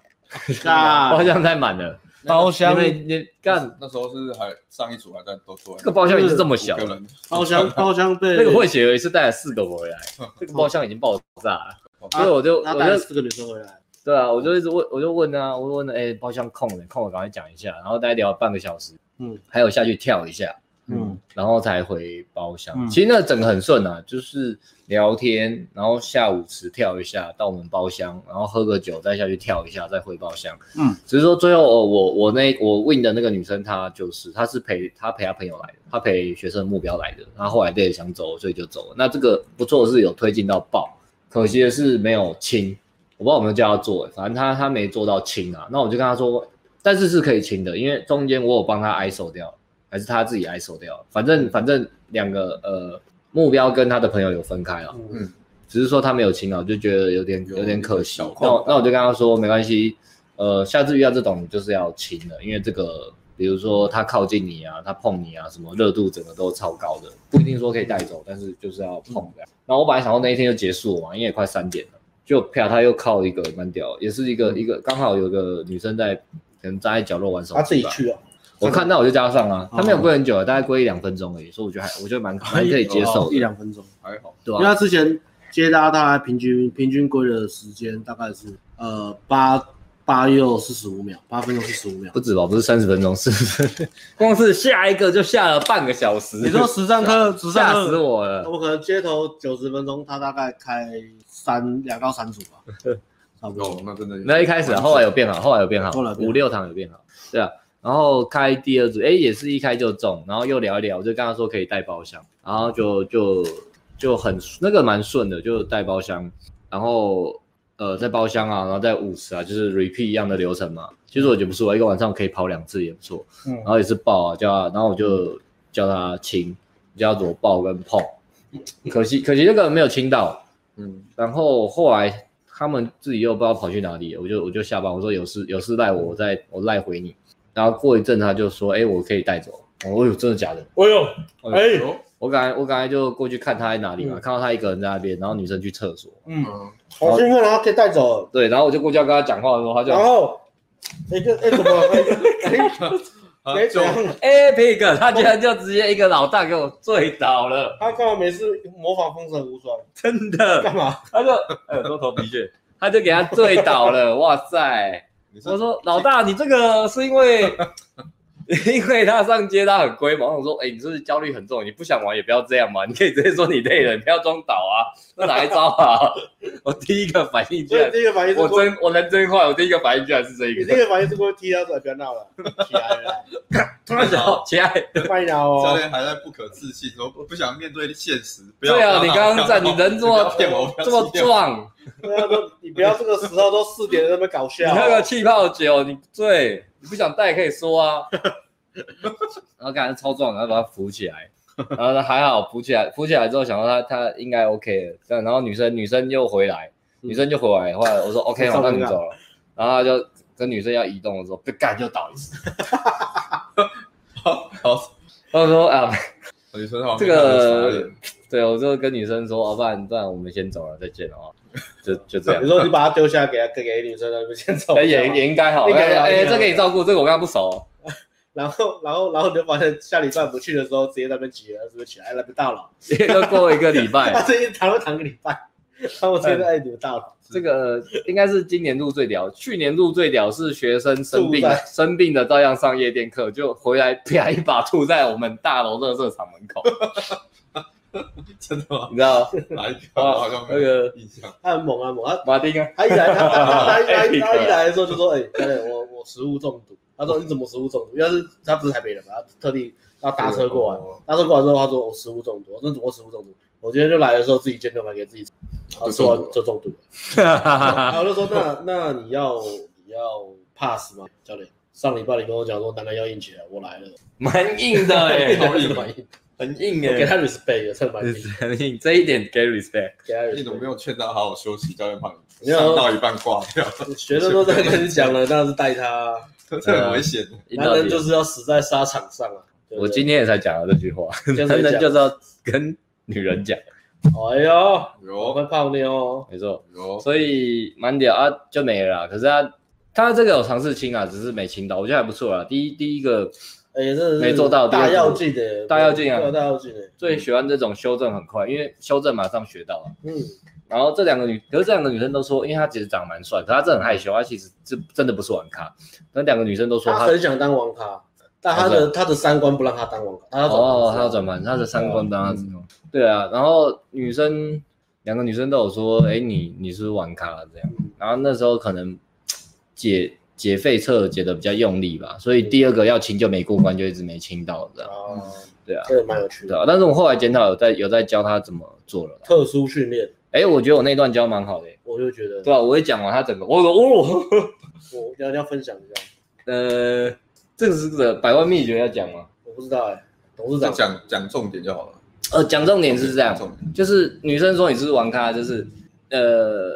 Speaker 2: 包厢太满了，
Speaker 4: 啊包厢
Speaker 2: 因为你干
Speaker 1: 那时候是还上一组还在都出来，
Speaker 2: 这个包厢也是这么小
Speaker 1: 五，个人
Speaker 3: 包厢包厢被
Speaker 2: 那个混血儿也是带了四个回来，这个包厢已经爆炸了，所以我就
Speaker 3: 他
Speaker 4: 啊
Speaker 2: 我
Speaker 3: 带了
Speaker 2: 就
Speaker 3: 四个女生回来，
Speaker 2: 对啊，我就一直问，我就问啊，我就问，哎、包厢空了，空了，赶快讲一下，然后大概聊了半个小时，
Speaker 3: 嗯
Speaker 2: 还有下去跳一下，
Speaker 4: 嗯
Speaker 2: 然后才回包厢。
Speaker 4: 嗯
Speaker 2: 其实那整个很顺啊，就是聊天，然后下午池跳一下，到我们包厢，然后喝个酒，再下去跳一下，再回包厢。
Speaker 4: 嗯，
Speaker 2: 只是说最后哦我我那我 win 的那个女生，她就是她是陪她陪她朋友来的，她陪学生的目标来的，她后来累得想走，所以就走了。那这个不错是有推进到爆，可惜的是没有亲，我不知道有没有叫她做、欸反正她她没做到亲啊。那我就跟她说，但是是可以亲的，因为中间我有帮她 i s o 掉，还是她自己 i s o 掉，反正反正两个呃目标跟她的朋友有分开了。啊
Speaker 1: 嗯
Speaker 2: 只是说他没有亲啊，我就觉得有点
Speaker 1: 有
Speaker 2: 有点可惜
Speaker 1: 小。
Speaker 2: 那
Speaker 1: 困扰
Speaker 2: 我那我就跟他说没关系，呃，下次遇到这种你就是要亲的，因为这个比如说他靠近你啊，他碰你啊，什么热度整个都超高的，不一定说可以带走，但是就是要碰的。那我本来想说那一天就结束了嘛，因为也快三点了，就啪他又靠一个蛮屌，也是一个一个刚好有个女生在可能站在角落玩手机吧，
Speaker 3: 他自己去哦，
Speaker 2: 我看到我就加上啊，
Speaker 4: 哦哎
Speaker 2: 他没有跪很久，大概跪一两分钟而已，所以我觉得还我觉得蛮蛮可以接受
Speaker 4: 哦一
Speaker 2: 的，
Speaker 4: 两分钟，
Speaker 1: 还好，
Speaker 2: 对啊
Speaker 4: 因
Speaker 2: 吧、
Speaker 4: 为他之前接搭大概平均平均归的时间大概是呃八八又四十五秒，八分又四十五秒
Speaker 2: 不。止吧，不是三十分钟， 是光是下一个就下了半个小时。
Speaker 4: 你 说实战课，实战
Speaker 2: 吓死
Speaker 4: 课，
Speaker 2: 我了！
Speaker 4: 我可能街头九十分钟，他大概开三两到三组 吧，差不
Speaker 1: 哦
Speaker 4: 多，。
Speaker 1: 那真的
Speaker 2: 那一开始啊、后来有变好，后来有变好
Speaker 4: 后来，变好
Speaker 2: 五六堂有变好，对啊。然后开第二组，哎，也是一开就中，然后又聊一聊，我就跟他说可以带包厢，然后就就就很那个蛮顺的，就带包厢，然后呃在包厢啊，然后在舞池啊，就是 repeat 一样的流程嘛。其实我觉得不错，一个晚上可以跑两次也不错。
Speaker 3: 嗯
Speaker 2: 然后也是抱啊，叫他，然后我就叫他亲，叫他怎么抱跟碰，可惜可惜那个人没有亲到，
Speaker 1: 嗯，
Speaker 2: 然后后来他们自己又不知道跑去哪里了，我就我就下班，我说有事有事赖我，我再我赖回你，然后过一阵他就说，哎、我可以带走，我有真的假的？
Speaker 3: 哎呦，哎，
Speaker 2: 我刚才我刚才就过去看他在哪里嘛，看到他一个人在那边，然后女生去厕所，
Speaker 3: 嗯，
Speaker 1: 嗯，
Speaker 3: 好兴奋，然后可以带走，
Speaker 2: 对，然后我就过去要跟他讲话的时候，他就
Speaker 3: 然后，哎这哎怎么， 哎
Speaker 1: 啊
Speaker 3: 哎怎
Speaker 1: 就
Speaker 3: 样？
Speaker 2: 哎、p i g 他居然就直接一个老大给我醉倒了，
Speaker 3: 他干嘛每次模仿风神 无双？
Speaker 2: 真的。
Speaker 3: 干嘛？
Speaker 2: 他就哎，多头皮屑，他就给他醉倒了。哇塞！
Speaker 1: 你是
Speaker 2: 我说老大，你这个是因为 因为他上街他很龟毛。我说哎、你是不是焦虑很重？你不想玩也不要这样嘛，你可以直接说你累了，你不要装倒啊。这哪一招啊？ 我第一个反应居
Speaker 3: 所以
Speaker 2: 然，
Speaker 3: 第一个反应是
Speaker 2: 啊我
Speaker 3: 过
Speaker 2: 真我人真坏，我第一个反应居然是这
Speaker 3: 你
Speaker 2: 一
Speaker 3: 第一
Speaker 2: 个。
Speaker 3: 个反应是过去踢他说哎不要闹了，起来 了，
Speaker 1: 突然想到
Speaker 2: 起来，
Speaker 3: 慢点哦。
Speaker 1: 教练还在不可置信，说不不想面对现实。不要
Speaker 2: 对啊，
Speaker 1: 不
Speaker 2: 你
Speaker 1: 要
Speaker 2: 刚刚在
Speaker 1: 不
Speaker 2: 你
Speaker 1: 要
Speaker 2: 人这
Speaker 1: 不
Speaker 2: 么
Speaker 1: 要骗我，不要
Speaker 2: 这么
Speaker 1: 欺骗我
Speaker 2: 壮，
Speaker 3: 对啊，都你不要这个时候都四点在那边搞
Speaker 2: 你
Speaker 3: 笑。
Speaker 2: 那个气泡酒，你醉，你不想带可以说啊。然后感觉超壮，然后把他扶起来，然后他还好扶起来，扶起来之后想到他他应该 OK 了，这样然后女生女生又回来，女生就回来，后来我说 OK 好，那你走了，然后他就跟女生要移动的时候，被干就倒一次。
Speaker 1: 好 好，
Speaker 2: 我说啊，
Speaker 1: 女生好，
Speaker 2: 这个对，我就跟女生说，哦，不然不然我们先走了，再见了啊，就就 这样
Speaker 3: 你。说你把他丢下给他给给女生在那边先走，
Speaker 2: 哎也也应该好，
Speaker 3: 应该
Speaker 2: 哎
Speaker 3: 好应
Speaker 2: 哎，
Speaker 3: 该
Speaker 2: 这
Speaker 3: 好
Speaker 2: 可以照顾，这个我跟他不熟。
Speaker 3: 然后然后然后你就发现下礼拜不去的时候，直接在那边挤了，是不是起来了？不到了，
Speaker 2: 因为都过了一个礼拜
Speaker 3: 他，最近谈了谈个礼拜，然后我直接在哎你们到了，
Speaker 2: 这个应该是今年入最屌，去年入最屌是学生生病
Speaker 3: 吐在
Speaker 2: 生病的照样上夜店课，就回来啪一把吐在我们大楼乐色场门口，
Speaker 1: 真的吗？
Speaker 2: 你知道吗？
Speaker 1: 哪一个？我好像
Speaker 2: 啊那
Speaker 1: 没有
Speaker 2: 个
Speaker 1: 印象。
Speaker 3: 他很猛啊猛，他
Speaker 2: 马丁啊，
Speaker 3: 他一来他他一来他一来的时候就说哎教练我我食物中毒，他说你怎么食物中毒？因为他是他不是台北人嘛，他特地他搭车过来，
Speaker 1: 来，
Speaker 3: 搭车过来之后他说我食物中毒，我说怎么食物中毒？我今天就来的时候自己煎牛排给自己吃，然后吃完就中毒了。然
Speaker 2: 啊
Speaker 3: 后我就说那那你要你要 pass 吗，教练？上礼拜你跟我讲说男人要硬起来，我来了，
Speaker 2: 蛮硬的 哎、
Speaker 1: 好硬
Speaker 3: 蛮硬，
Speaker 2: 很硬
Speaker 3: 我给
Speaker 2: 哎、
Speaker 3: 他 respect，真的蛮硬，
Speaker 2: 很硬，这一点给 respect。
Speaker 3: 给他
Speaker 1: 你怎么没
Speaker 3: respect。
Speaker 1: 有劝他好好休息？教练怕你
Speaker 3: 没有
Speaker 1: 上到一半挂掉，
Speaker 3: 学生都在跟你讲了，当然是带他啊，
Speaker 1: 这很危险的。
Speaker 2: 硬
Speaker 3: 男
Speaker 2: 到
Speaker 3: 人
Speaker 2: 底
Speaker 3: 就是要死在沙场上啊。对不对
Speaker 2: 我今天也才讲了这句话，
Speaker 3: 天才
Speaker 2: 男人
Speaker 3: 讲
Speaker 2: 就是要跟女人讲，
Speaker 3: 哎呦，我
Speaker 1: 有
Speaker 3: 会泡妞哦，
Speaker 2: 没错。
Speaker 1: 有，
Speaker 2: 所以蛮屌啊，就没了啦。可是他他这个有尝试清啊，只是没清到，我觉得还不错啦。第一第一个
Speaker 3: 哎，真的是
Speaker 2: 没做到
Speaker 3: 大要进的，
Speaker 2: 大跃进啊
Speaker 3: 对大要进的，
Speaker 2: 最喜欢这种修正很快，因为修正马上学到了。
Speaker 3: 嗯，
Speaker 2: 然后这两个女，可是这两个女生都说，因为她其实长得蛮帅，可她真的很害羞，她其实这真的不是玩咖。那两个女生都说
Speaker 3: 他
Speaker 2: 她，
Speaker 3: 很想当王咖，
Speaker 4: 但他的他的三观不让他当网咖，他要转
Speaker 2: 哦，他
Speaker 4: 他
Speaker 2: 要转盘，他的三观当然是哦对啊，然后女生两个女生都有说，哎，你你是不是玩咖了这样，然后那时候可能解解肺测解的比较用力吧，所以第二个要清就没过关，就一直没清到这样，
Speaker 4: 哦，
Speaker 2: 对啊，
Speaker 4: 这个蛮有趣
Speaker 2: 对
Speaker 4: 的，
Speaker 2: 啊，但是我后来检讨有在有在教他怎么做了啦，
Speaker 4: 特殊训练，
Speaker 2: 哎，我觉得我那段教蛮好的、欸，
Speaker 4: 我就觉得
Speaker 2: 对啊，我会讲完他整个，我哦，
Speaker 4: 我一定要分享一下，
Speaker 2: 呃，这个是个百万秘诀要讲吗？
Speaker 4: 我不知道哎，董事
Speaker 1: 就
Speaker 4: 长
Speaker 1: 讲讲重点就好了。
Speaker 2: 呃，讲重点是这样
Speaker 1: 重，点
Speaker 2: 就是女生说你是不是玩咖，就是呃，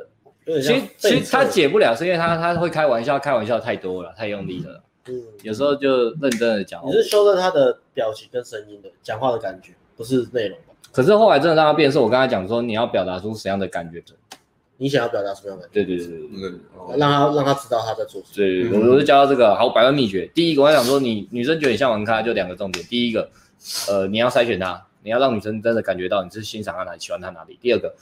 Speaker 4: 有
Speaker 2: 其
Speaker 4: 点像
Speaker 2: 实其
Speaker 4: 被
Speaker 2: 实他
Speaker 4: 测
Speaker 2: 解不了，是因为他他会开玩笑，开玩笑太多了，太用力了，
Speaker 4: 嗯
Speaker 2: 有时候就认真的讲。哦
Speaker 4: 你是修正他的表情跟声音的，讲话的感觉，不是内容吧？
Speaker 2: 可是后来真的让他变，是我刚才讲说你要表达出什么样的感觉。
Speaker 4: 你想要表达什么样的感
Speaker 2: 对对对对
Speaker 1: 那个
Speaker 4: 觉？
Speaker 1: 哦
Speaker 4: 让他让他知道他在做什么。
Speaker 2: 对，
Speaker 1: 嗯
Speaker 2: 我我就教到这个啊好百万秘诀。第一个，我想说你女生觉得你像玩咖，就两个重点。第一个，呃，你要筛选她，你要让女生真的感觉到你是欣赏她哪里，喜欢她哪里。第二个，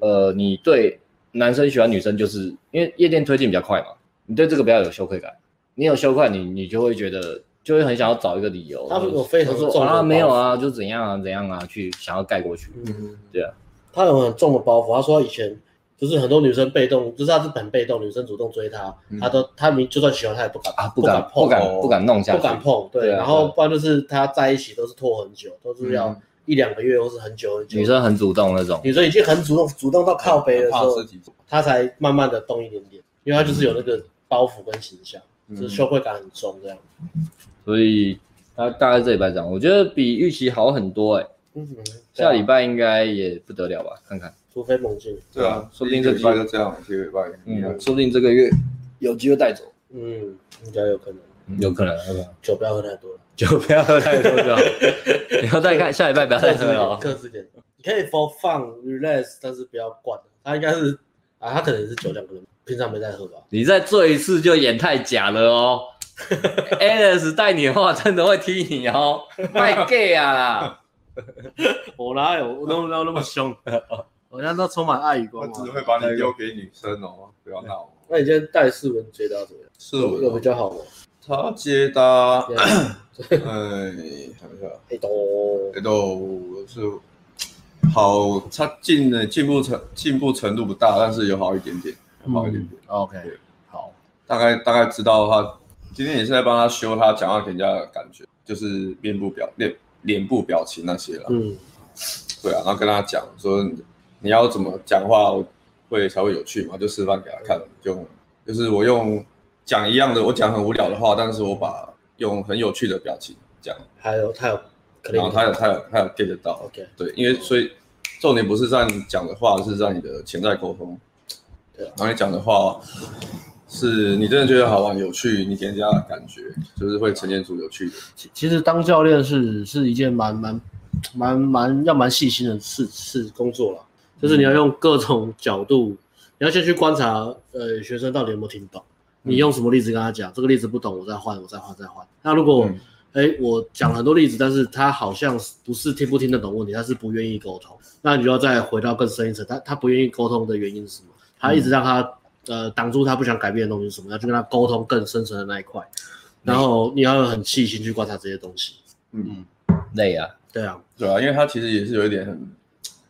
Speaker 2: 呃，你对男生喜欢女生，就是因为夜店推进比较快嘛，你对这个比较有羞愧感。你有羞愧，你你就会觉得就会很想要找一个理由。
Speaker 4: 他们有非常
Speaker 2: 就是
Speaker 4: 重
Speaker 2: 说
Speaker 4: 的包
Speaker 2: 啊
Speaker 4: 袱
Speaker 2: 没有啊，就怎样啊怎样啊，去想要盖过去。
Speaker 4: 嗯，
Speaker 2: 对啊。
Speaker 4: 他有很重的包袱，他说他以前就是很多女生被动，就是他是很被动，女生主动追他，
Speaker 1: 嗯
Speaker 4: 他都他明就算喜欢他也不敢
Speaker 2: 啊，不
Speaker 4: 敢
Speaker 2: 敢
Speaker 4: 碰，
Speaker 2: 不敢
Speaker 1: 哦
Speaker 2: 不敢弄下去，
Speaker 4: 不敢碰。对，
Speaker 2: 对啊
Speaker 4: 然后不然就是他在一起都是拖很久，都是要
Speaker 1: 嗯
Speaker 4: 一两个月或是很久很久。
Speaker 2: 女生很主动那种。
Speaker 4: 女生已经很主动，主动到靠背的时
Speaker 1: 怕
Speaker 4: 候，
Speaker 1: 自己
Speaker 4: 他才慢慢的动一点点，因为他就是有那个包袱跟形象，
Speaker 2: 嗯
Speaker 1: 嗯
Speaker 4: 就是羞愧感很重这样。
Speaker 2: 所以大大概这礼拜这样，我觉得比预期好很多哎、
Speaker 4: 嗯，
Speaker 2: 下礼拜应该也不得了吧？看看，
Speaker 4: 突飞猛进。
Speaker 1: 对啊，
Speaker 2: 说不定这
Speaker 1: 第一个礼拜就这样，第一个礼拜
Speaker 2: 嗯，说不定这个月有机会带走，
Speaker 4: 嗯，应该有可能，
Speaker 2: 有可能，有可能。
Speaker 4: 酒不要喝太多了，
Speaker 2: 就不要喝太多 就好，你要再看下礼拜不要 再喝了哦。
Speaker 4: 克制一点。你可以 for fun relax，但是不要灌。他应该是啊，他可能也是酒量，可能平常没在喝吧。
Speaker 2: 你再醉一次就演太假了哦。Alice 带你的话，真的会踢你 哦，卖 gay 啊啦！
Speaker 4: 我哪有我那那那么凶？我那都充满爱与
Speaker 1: 我
Speaker 4: 光
Speaker 1: 只会把你丢给女生哦，不要闹哦。
Speaker 4: 那你今天戴世文接到怎么样？
Speaker 1: 是我
Speaker 4: 有比
Speaker 1: 的
Speaker 4: 较好吗？
Speaker 1: 他接搭，
Speaker 4: 这样
Speaker 1: 哎，看一下，
Speaker 4: 哎都
Speaker 1: 哎都是好，他进的进步程进步程度不大，但是有好一点点，有好一点点。
Speaker 4: OK，好，
Speaker 1: 大概大概知道他今天也是在帮他修他讲话给人家的感觉，就是面部表脸脸部表情那些了。
Speaker 4: 嗯
Speaker 1: 对啊，然后跟他讲说你你要怎么讲话会才会有趣嘛，就示范给他看，用就是我用讲一样的，我讲很无聊的话，但是我把用很有趣的表情讲，
Speaker 4: 还有他有可
Speaker 1: 然后
Speaker 4: 能
Speaker 1: 他有他哦有他有 get 得到，
Speaker 4: OK，
Speaker 1: 对，因为所以重点不是在你讲的话，是在你的潜在沟通。
Speaker 4: 对啊
Speaker 1: 然后你讲的话，是你真的觉得好玩有趣，你给人家的感觉就是会呈现出有趣的。
Speaker 3: 其其实当教练是是一件蛮蛮蛮蛮要蛮细心的事事
Speaker 4: 是工作了，就是你要用各种角度，你要先去观察，呃，学生到底有没有听懂，你用什么例子跟他讲，这个例子不懂，我再换，我再换，再换。那如果
Speaker 1: 嗯，
Speaker 4: 哎、我讲了很多例子，但是他好像不是听不听得懂问题，他是不愿意沟通，那你就要再回到更深一层，他他不愿意沟通的原因是什么？他一直让他、呃挡住他不想改变的东西是什么？要去跟他沟通更深层的那一块，然后你要很细心去观察这些东西。
Speaker 2: 累啊，
Speaker 4: 对啊，
Speaker 1: 对啊，因为他其实也是有一点很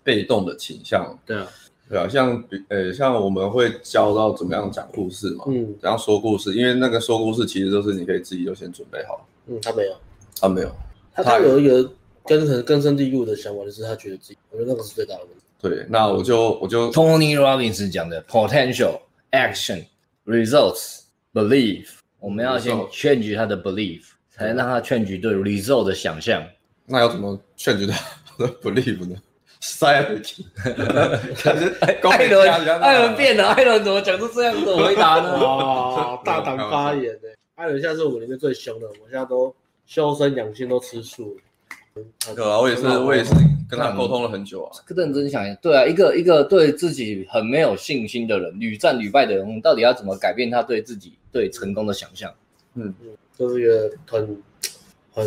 Speaker 1: 被动的倾向，
Speaker 4: 对啊，
Speaker 1: 对啊，像比呃像我们会教到怎么样讲故事嘛，
Speaker 4: 嗯
Speaker 1: 怎样说故事，因为那个说故事其实都是你可以自己就先准备好。
Speaker 4: 嗯，他没有。
Speaker 1: 啊，没有，
Speaker 4: 他他有一个根很根深蒂固的想法，就是他觉得自己，我觉得那个是最大的问题。
Speaker 1: 对，那我就我就
Speaker 2: Tony Robbins 讲的 potential action results belief，我们要先
Speaker 1: Result
Speaker 2: change 他的 belief，才能让他 change 对 result 的想象。
Speaker 1: 那要怎么劝阻他 believe 呢？塞回去，可是
Speaker 2: 艾伦，艾
Speaker 1: 啊
Speaker 2: 伦变了，艾伦怎么讲出这样的回答 呢？
Speaker 4: 哇，啊大胆发言呢、艾伦现在是我们里面最凶的，我现在都修身养性，都吃素。
Speaker 1: 对啊，我也是，我也是跟他沟通了很久啊。
Speaker 2: 认真想一下，对啊，一个一个对自己很没有信心的人，屡战屡败的人，我们到底要怎么改变他对自己对成功的想象？
Speaker 4: 这是一个很很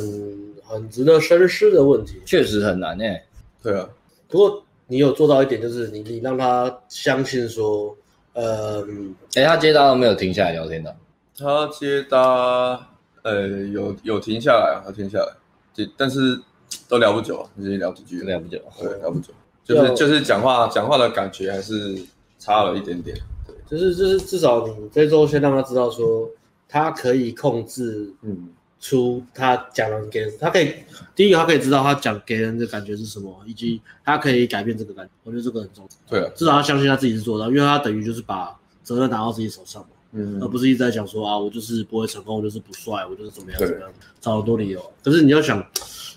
Speaker 4: 很值得深思的问题。
Speaker 2: 确实很难诶、欸
Speaker 1: 对啊，
Speaker 4: 不过你有做到一点，就是你你让他相信说，呃，嗯
Speaker 2: 哎、他接到没有停下来聊天的？
Speaker 1: 他接搭，呃，有有停下来啊，有停下来，就但是都聊不久啊，就是聊几句，
Speaker 2: 聊不久。
Speaker 1: 对，聊不久，就是
Speaker 3: 就
Speaker 1: 就是讲话讲话的感觉还是差了一点点。对，
Speaker 3: 就是就是至少你这周先让他知道说，他可以控制
Speaker 1: 嗯，
Speaker 3: 出他讲的给人，
Speaker 4: 他可以第一个，他可以知道他讲给人的感觉是什么，以及他可以改变这个感觉。我觉得这个很重要，
Speaker 1: 对啊，
Speaker 4: 至少他相信他自己是做到，因为他等于就是把责任拿到自己手上嘛，
Speaker 1: 嗯
Speaker 4: 而不是一直在讲说啊，我就是不会成功，我就是不帅，我就是怎么样
Speaker 1: 对
Speaker 4: 怎么样，找很多理由。可是你要想，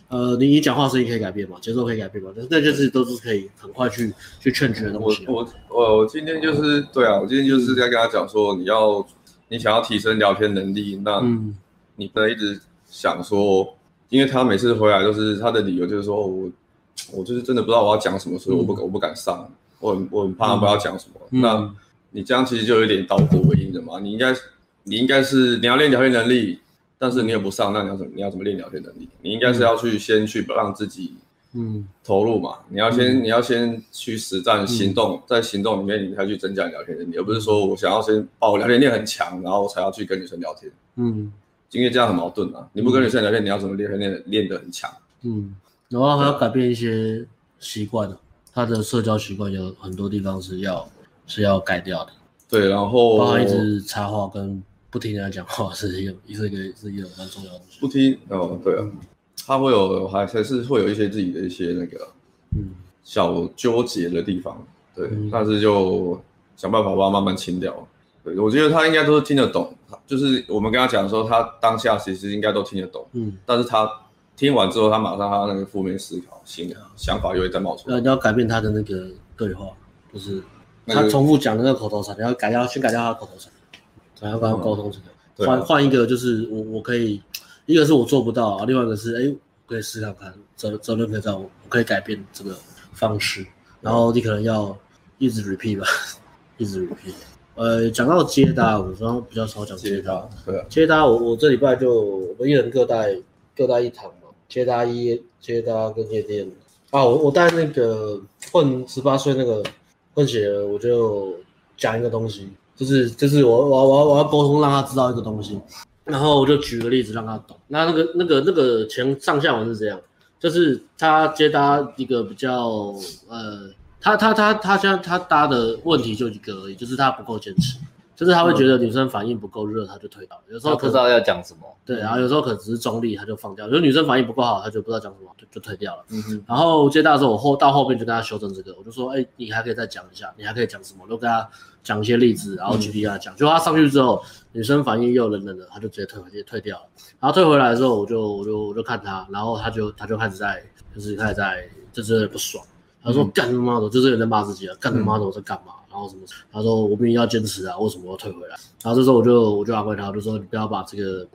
Speaker 4: 呃，你你讲话声音可以改变嘛，节奏可以改变嘛，但是那些事情都是可以很快去去劝取的东
Speaker 1: 我
Speaker 4: 西啊、
Speaker 1: 我我我今天就是对啊，我今天就是在跟他讲说，你要你想要提升聊天能力，那
Speaker 4: 嗯，
Speaker 1: 你不能一直想说，因为他每次回来都是他的理由就是说，哦我我就是真的不知道我要讲什么，所以我不敢、我不敢上，我很我很怕不知道讲什么。
Speaker 4: 嗯
Speaker 1: 那你这样其实就有点倒果为因了嘛。你应该你应该是你要练聊天能力，但是你也不上，那你要怎么你要怎么练聊天能力？你应该是要去先去让自己
Speaker 4: 嗯
Speaker 1: 投入嘛，你要先、你要先去实战行动，在行动里面你才去增加聊天能力，而不是说我想要先哦我聊天能力很强，然后我才要去跟女生聊天，
Speaker 4: 嗯
Speaker 1: 因为这样很矛盾啊。你不跟女生聊天，你要怎么练练练得很强？
Speaker 4: 嗯，然后还要改变一些习惯的，他的社交习惯有很多地方是要是要改掉的。
Speaker 1: 对，然后
Speaker 4: 包含一直插话跟不听人家讲话是一个是一个是一个蛮重要的东西。
Speaker 1: 不听哦，对啊，他会有还还是会有一些自己的一些那个
Speaker 4: 嗯
Speaker 1: 小纠结的地方，对，
Speaker 4: 嗯
Speaker 1: 但是就想办法把它慢慢清掉。对，我觉得他应该都是听得懂，就是我们跟他讲的时候，他当下其实应该都听得懂。
Speaker 4: 嗯，
Speaker 1: 但是他听完之后，他马上他那个负面思考、心啊想法又会再冒出
Speaker 4: 要
Speaker 1: 来。
Speaker 4: 你呃要改变他的那个对话，就是
Speaker 1: 那个
Speaker 4: 他重复讲的那个口头禅，你要改掉，先改掉他的口头禅，然后跟他沟通这
Speaker 1: 对
Speaker 4: 个，
Speaker 1: 啊
Speaker 4: 换换一个就是我我可以，一个是我做不到，啊，另外一个是哎、我可以试看看，责责任可以在我，我可以改变这个方式，然后你可能要一直 repeat 吧， 一直 repeat。呃，讲到接搭，我刚刚比较少讲接搭，
Speaker 1: 对啊，
Speaker 3: 接搭我我这礼拜就我们一人各带各带一堂嘛，接搭一接搭跟夜店啊，我我带那个混十八岁那个混血儿，我就讲一个东西，
Speaker 4: 就是就是我我我我要沟通，让他知道一个东西，然后我就举个例子让他懂。那那个那个那个前上下文是这样，就是他接搭一个比较呃，他他他他现在他搭的问题就一个而已，就是他不够坚持，就是他会觉得女生反应不够热，他就退到，有时
Speaker 2: 他
Speaker 4: 候
Speaker 2: 不
Speaker 4: 可
Speaker 2: 知
Speaker 4: 能
Speaker 2: 道要讲什么，
Speaker 4: 对，然后有时候可能只是中立，他就放掉；，有时候女生反应不够好，他就不知道讲什么，就就退掉了。
Speaker 1: 嗯哼，
Speaker 4: 然后接大的时候，我后到后面就跟他修正这个，我就说，哎、你还可以再讲一下，你还可以讲什么？我就跟他讲一些例子，然后举例跟他讲。就他上去之后，女生反应又冷冷的，他就直接退回去，退掉了。然后退回来之后，我就我就我就看他，然后他就他就开始在就是开始在就是不爽，他说、
Speaker 1: 嗯
Speaker 4: 干他妈的，我就是有人在骂自己啊，干他妈的我在干嘛？然后什么？他说我明明要坚持啊，为什么我要退回来？然后这时候我就我就安慰他，我就说你不要把这个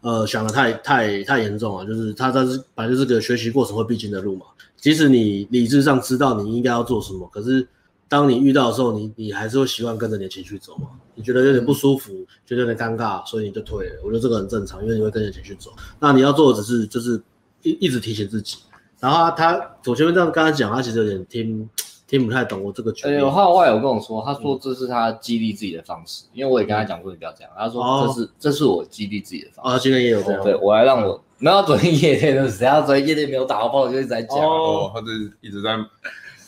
Speaker 4: 呃想的太太太严重了，就是他他是本来就是个学习过程会必经的路嘛。即使你理智上知道你应该要做什么，可是当你遇到的时候，你你还是会习惯跟着你的情绪走嘛。你觉得有点不舒服，觉得有点尴尬，所以你就退了。我觉得这个很正常，因为你会跟着情绪走。那你要做的只是就是一一直提醒自己。然后他他我前面这样跟他讲，他其实有点听听不太懂我这个举
Speaker 2: 哎
Speaker 4: 例。
Speaker 2: 有号外有跟我说，他
Speaker 3: 嗯
Speaker 2: 说这是他激励自己的方式，因为我也跟他讲过你不要这样，他
Speaker 3: 哦
Speaker 2: 说这是这是我激励自己的方
Speaker 4: 啊，
Speaker 2: 式，
Speaker 4: 今天也有这样。
Speaker 2: 哦对我来让我，然后昨天夜店的谁要昨天夜店没有打到炮，我就一直在讲，
Speaker 3: 哦
Speaker 1: 哦，他就是一直在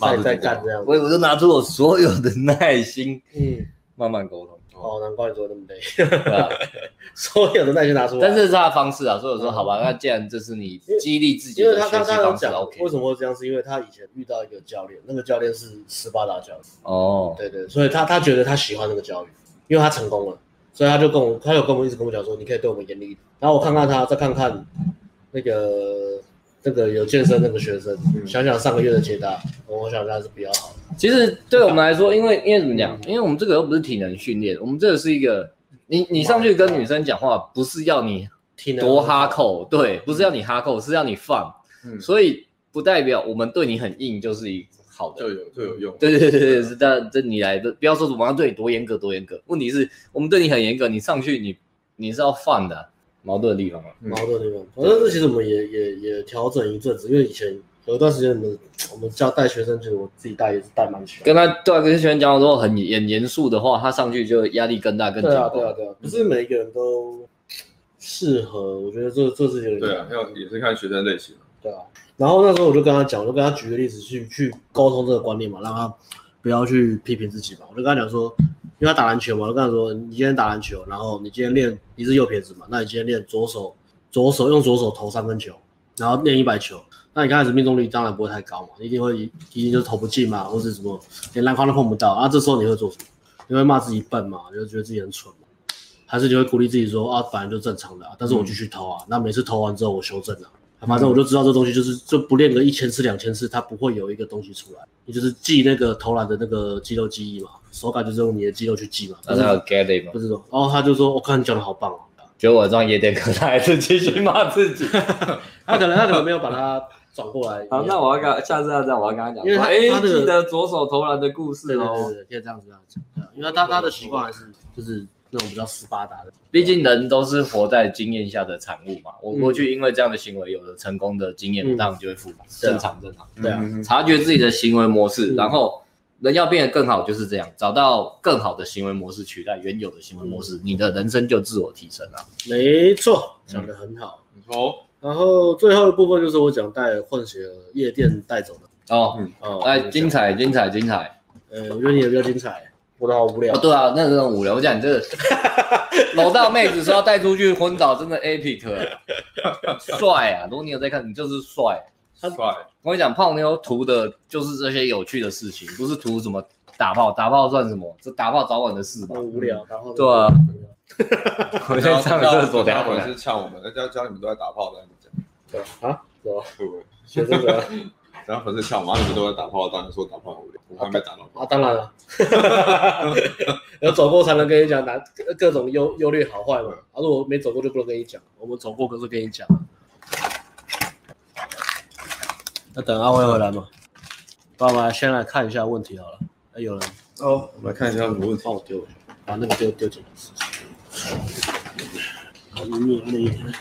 Speaker 1: 骂
Speaker 3: 在
Speaker 1: 自
Speaker 3: 在
Speaker 1: 己
Speaker 3: 干这样子，
Speaker 2: 我我就拿出我所有的耐心
Speaker 3: 嗯，
Speaker 2: 慢慢沟通，
Speaker 3: 哦，啊难怪你昨天 那么累，
Speaker 2: 对吧？
Speaker 3: 所有的耐心拿出来，
Speaker 2: 但是这是他的方式啊，所以我说好吧，那既然这是你激励自己
Speaker 3: 嗯因为
Speaker 2: 的
Speaker 3: 他
Speaker 2: 学
Speaker 3: 他
Speaker 2: 习
Speaker 3: 他有
Speaker 2: 方式
Speaker 3: 讲
Speaker 2: ，OK？
Speaker 3: 为什么会这样，是因为他以前遇到一个教练，那个教练是斯巴达教练，
Speaker 2: 哦，
Speaker 3: 对对，所以他他觉得他喜欢那个教育，因为他成功了，所以他就跟我，他有跟我一直跟我讲说，你可以对我们严厉一点。然后我看看他，再看看那个那个有健身那个学生，
Speaker 2: 嗯
Speaker 3: 想想上个月的解答，我想他是比较好的。
Speaker 2: 其实对我们来说，因为因为怎么
Speaker 3: 嗯
Speaker 2: 讲？因为我们这个又不是体能训练，我们这个是一个，你你上去跟女生讲话，不是要你
Speaker 3: 听得
Speaker 2: 多哈，扣，对，不是要你哈扣，是要你放，
Speaker 1: 嗯
Speaker 2: 所以不代表我们对你很硬就是一好
Speaker 1: 就
Speaker 2: 的。
Speaker 1: 有就有用。
Speaker 2: 对对对对，是但这你来的，不要说什么要对你多严格多严格，问题是我们对你很严格，你上去你你是要放的啊、矛盾的地方啊。
Speaker 1: 嗯
Speaker 3: 矛盾地方。反正这其实我们也也也调整一阵子，因为以前有一段时间我们我们教带学生，其实我自己带也是带蛮久的。
Speaker 2: 跟他对啊，跟学员讲的时候很严严肃的话，他上去就压力更大更紧
Speaker 3: 对啊
Speaker 2: 绷。
Speaker 3: 对啊对啊，不是每一个人都
Speaker 4: 适合，我觉得这这是有点
Speaker 1: 对啊，要也是看学生类型。
Speaker 4: 对啊，然后那时候我就跟他讲，我就跟他举个例子去去沟通这个观念嘛，让他不要去批评自己嘛。我就跟他讲说，因为他打篮球嘛，我就跟他说，你今天打篮球，然后你今天练你是右撇子嘛，那你今天练左手，左手用左手投三分球，然后练一百球，那你刚开始命中率当然不会太高嘛，一定会一定就投不进嘛，或者什么连篮筐都碰不到啊。这时候你会做什么？你会骂自己笨嘛？你会觉得自己很蠢嘛？还是你会鼓励自己说啊，反正就正常的、啊，但是我继续投啊，那每次投完之后我修正啊。反正我就知道这东西就是就不练个一千次两千次，它不会有一个东西出来。你就是记那个投篮的那个肌肉记忆嘛，手感就是用你的肌肉去记嘛。
Speaker 2: 但是还有 get it 吗
Speaker 4: 不？知道，然后他就说：“我、看你讲的好棒哦。
Speaker 2: 结果晚上也得可他还是继续骂自己。
Speaker 4: 他可能他可能没有把它转过 来。
Speaker 2: 好，那我要跟下次要这样，我要跟他讲
Speaker 4: 因为
Speaker 2: 说，
Speaker 4: 他
Speaker 2: 哎、
Speaker 4: 他这个
Speaker 2: 记得左手投篮的故事
Speaker 4: 对对对
Speaker 2: 哦。
Speaker 4: 对，可以这样子这样讲，对啊因为他他的习惯还是就是那种比较斯巴达的。
Speaker 2: 毕竟人都是活在经验下的产物嘛。我
Speaker 4: 嗯
Speaker 2: 过去因为这样的行为有了成功的经验，
Speaker 4: 嗯
Speaker 2: 当然就会复盘，
Speaker 4: 对啊
Speaker 2: 正常正常。
Speaker 4: 对啊
Speaker 1: 嗯
Speaker 2: 察觉自己的行为模式，
Speaker 4: 嗯
Speaker 2: 然后人要变得更好就是这样，找到更好的行为模式取代原有的行为模式，
Speaker 4: 嗯
Speaker 2: 你的人生就自我提升啊了。
Speaker 4: 没错，讲的很好。
Speaker 1: 哦，
Speaker 4: 然后最后的部分就是我讲带混血儿夜店带走的。
Speaker 2: 哦，
Speaker 4: 哦，
Speaker 2: 哎，精彩精彩精彩！
Speaker 4: 呃，我觉得你的比较精彩，我的好无聊
Speaker 2: 哦，。对啊，那个很无聊。我讲你 这个搂到妹子说要带出去昏倒，真的 epic，啊帅啊！如果你有在看，你就是帅。
Speaker 1: 帅，
Speaker 2: 我跟你讲，泡妞图的就是这些有趣的事情，不是图什么打炮，打炮算什么？这打炮早晚的事嘛
Speaker 4: 很。无聊，然后
Speaker 2: 对啊，我
Speaker 1: 然
Speaker 2: 先
Speaker 1: 后
Speaker 2: 上个厕所，等
Speaker 1: 大
Speaker 2: 下
Speaker 1: 家伙
Speaker 2: 回来。
Speaker 1: 是呛我们，那家家你们都在打炮，这样讲，
Speaker 4: 对啊，对啊，
Speaker 1: 对不对？
Speaker 4: 学生的啊
Speaker 1: 然后粉丝呛我们，啊你们都在打炮，当然说打炮很无聊，我还没打到炮。
Speaker 4: 啊，当然了，有走过才能跟你讲哪各种优优劣好坏嘛。啊，如果没走过就不能跟你讲，我们走过可是跟你讲。那等阿辉回来嘛，那我们先来看一下问题好了。哎，有人
Speaker 1: 哦，我们来看一下有什么问题。
Speaker 4: 帮我丢一下，把那个丢丢进来。好虐那一天，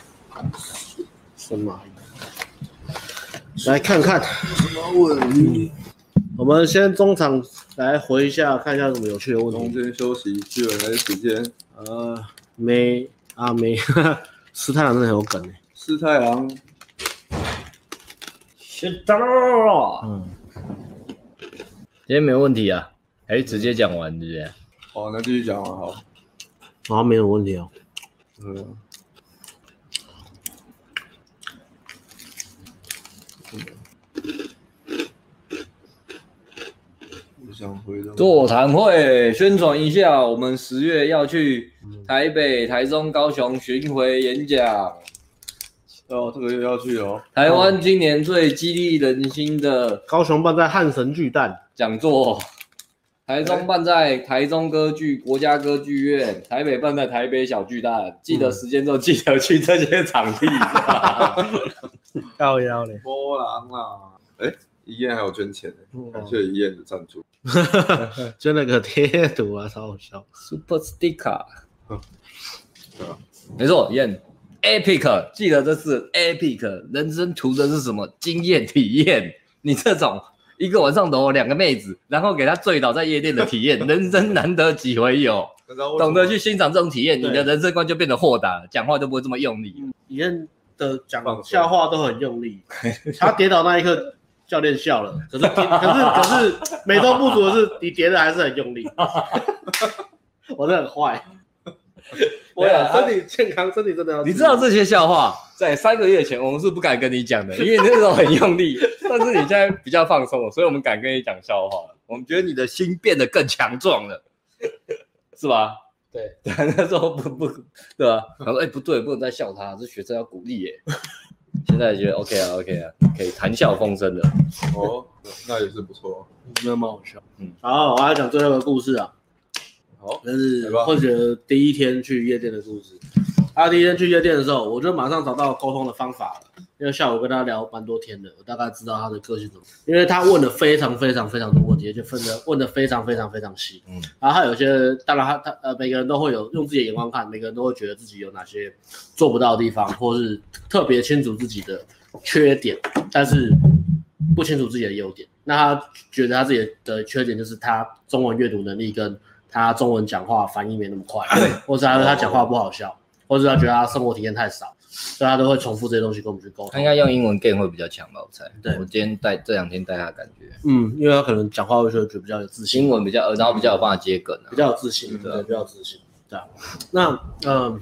Speaker 4: 神马来看看。嗯我们先中场来回一下，看一下有什么有趣的问
Speaker 1: 中
Speaker 4: 题。
Speaker 1: 间休息巨人还是时间？
Speaker 4: 呃，没啊没， 斯泰朗真的很有梗哎。
Speaker 1: 是太郎
Speaker 2: 是的。
Speaker 4: 嗯，
Speaker 2: 今天没问题啊，哎，直接讲完对不对？
Speaker 1: 好，那继续讲啊，好，
Speaker 4: 好像没有问题哦。
Speaker 1: 嗯，我想回的
Speaker 2: 座谈会宣传一下，我们十月要去台北、台中、高雄巡回演讲。
Speaker 1: 哦，这个又要去哦，
Speaker 2: 台湾今年最激励人心的
Speaker 4: 高雄办在汉神巨蛋，
Speaker 2: 讲 座，台中办在台中歌剧国家歌剧院，台北办在台北小巨蛋。记得时间就记得去这些场地。
Speaker 4: 高腰嘞。
Speaker 1: 波浪啦，哎，一燕还有捐钱呢，感谢一燕的赞助，
Speaker 4: 就那个贴图啊，超好笑。
Speaker 2: Super Sticker，
Speaker 1: 对吧？
Speaker 2: 没错，验 Epic，记得这是 Epic，人生图的是什么？经验体验。你这种一个晚上懂我两个妹子，然后给她醉倒在夜店的体 验，人生难得几回有。
Speaker 1: 那知道为什么
Speaker 2: 懂得去欣赏这种体验，你
Speaker 4: 对
Speaker 2: 的人生观就变得豁达了，讲话就不会这么用力。
Speaker 4: 以前的讲
Speaker 1: 放松
Speaker 4: 笑话都很用力，他跌倒那一刻，教练笑了。可是可是可是美中不足的是，你跌的还是很用力。 我真的很坏。我
Speaker 2: 对
Speaker 4: 呀，
Speaker 2: 啊
Speaker 4: 身体健康，身体真的要。
Speaker 2: 你知道这些笑话在三个月前我们是不敢跟你讲的，因为那时候很用力。但是你现在比较放松了，所以我们敢跟你讲笑话了。我们觉得你的心变得更强壮了，是吧？ 啊
Speaker 4: 对，
Speaker 2: 那时候不不对吧？然后哎、不对，不能再笑他，这学生要鼓励耶。现在觉得 OK 啊 OK 啊，可以谈笑风生了。
Speaker 1: 哦，那也是不错，
Speaker 4: 真的蛮好笑。嗯
Speaker 2: 嗯，
Speaker 4: 好，我要讲最后一个故事啊，
Speaker 1: 好，
Speaker 4: 就是
Speaker 1: 来吧
Speaker 4: 或者第一天去夜店的故事。他第一天去夜店的时候，我就马上找到沟通的方法了，因为下午跟他聊蛮多天的，我大概知道他的个性怎么。因为他问了非常非常非常多问题，而且分的问的非常非常非常细。嗯
Speaker 2: 嗯，
Speaker 4: 然后他有些，当然他他呃，每个人都会有用自己的眼光看，每个人都会觉得自己有哪些做不到的地方，或是特别清楚自己的缺点，但是不清楚自己的优点。那他觉得他自己的缺点就是他中文阅读能力跟他中文讲话反应没那么快，或者他说他讲话不好笑，或者他觉得他生活体验太少，所以他都会重复这些东西跟我们去沟
Speaker 2: 他
Speaker 4: 通
Speaker 2: 应。该用英文 game 会比较强吧？我猜。
Speaker 4: 对
Speaker 2: 我今天带这两天带他，感觉
Speaker 4: 嗯，因为他可能讲话会觉得比较有自信
Speaker 2: 英，文比较，然后比较有办法接梗啊
Speaker 4: 比。较有自信，对，比较有自信，对啊。那嗯，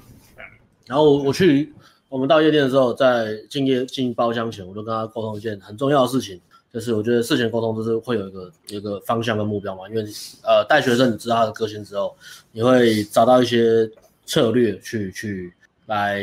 Speaker 4: 然后我我去我们到夜店的时候，在进夜进包厢前，我就跟他沟通一件很重要的事情，就是我觉得事前沟通就是会有一个有一个方向跟目标嘛，因为呃带学生你知道他的个性之后，你会找到一些策略去去来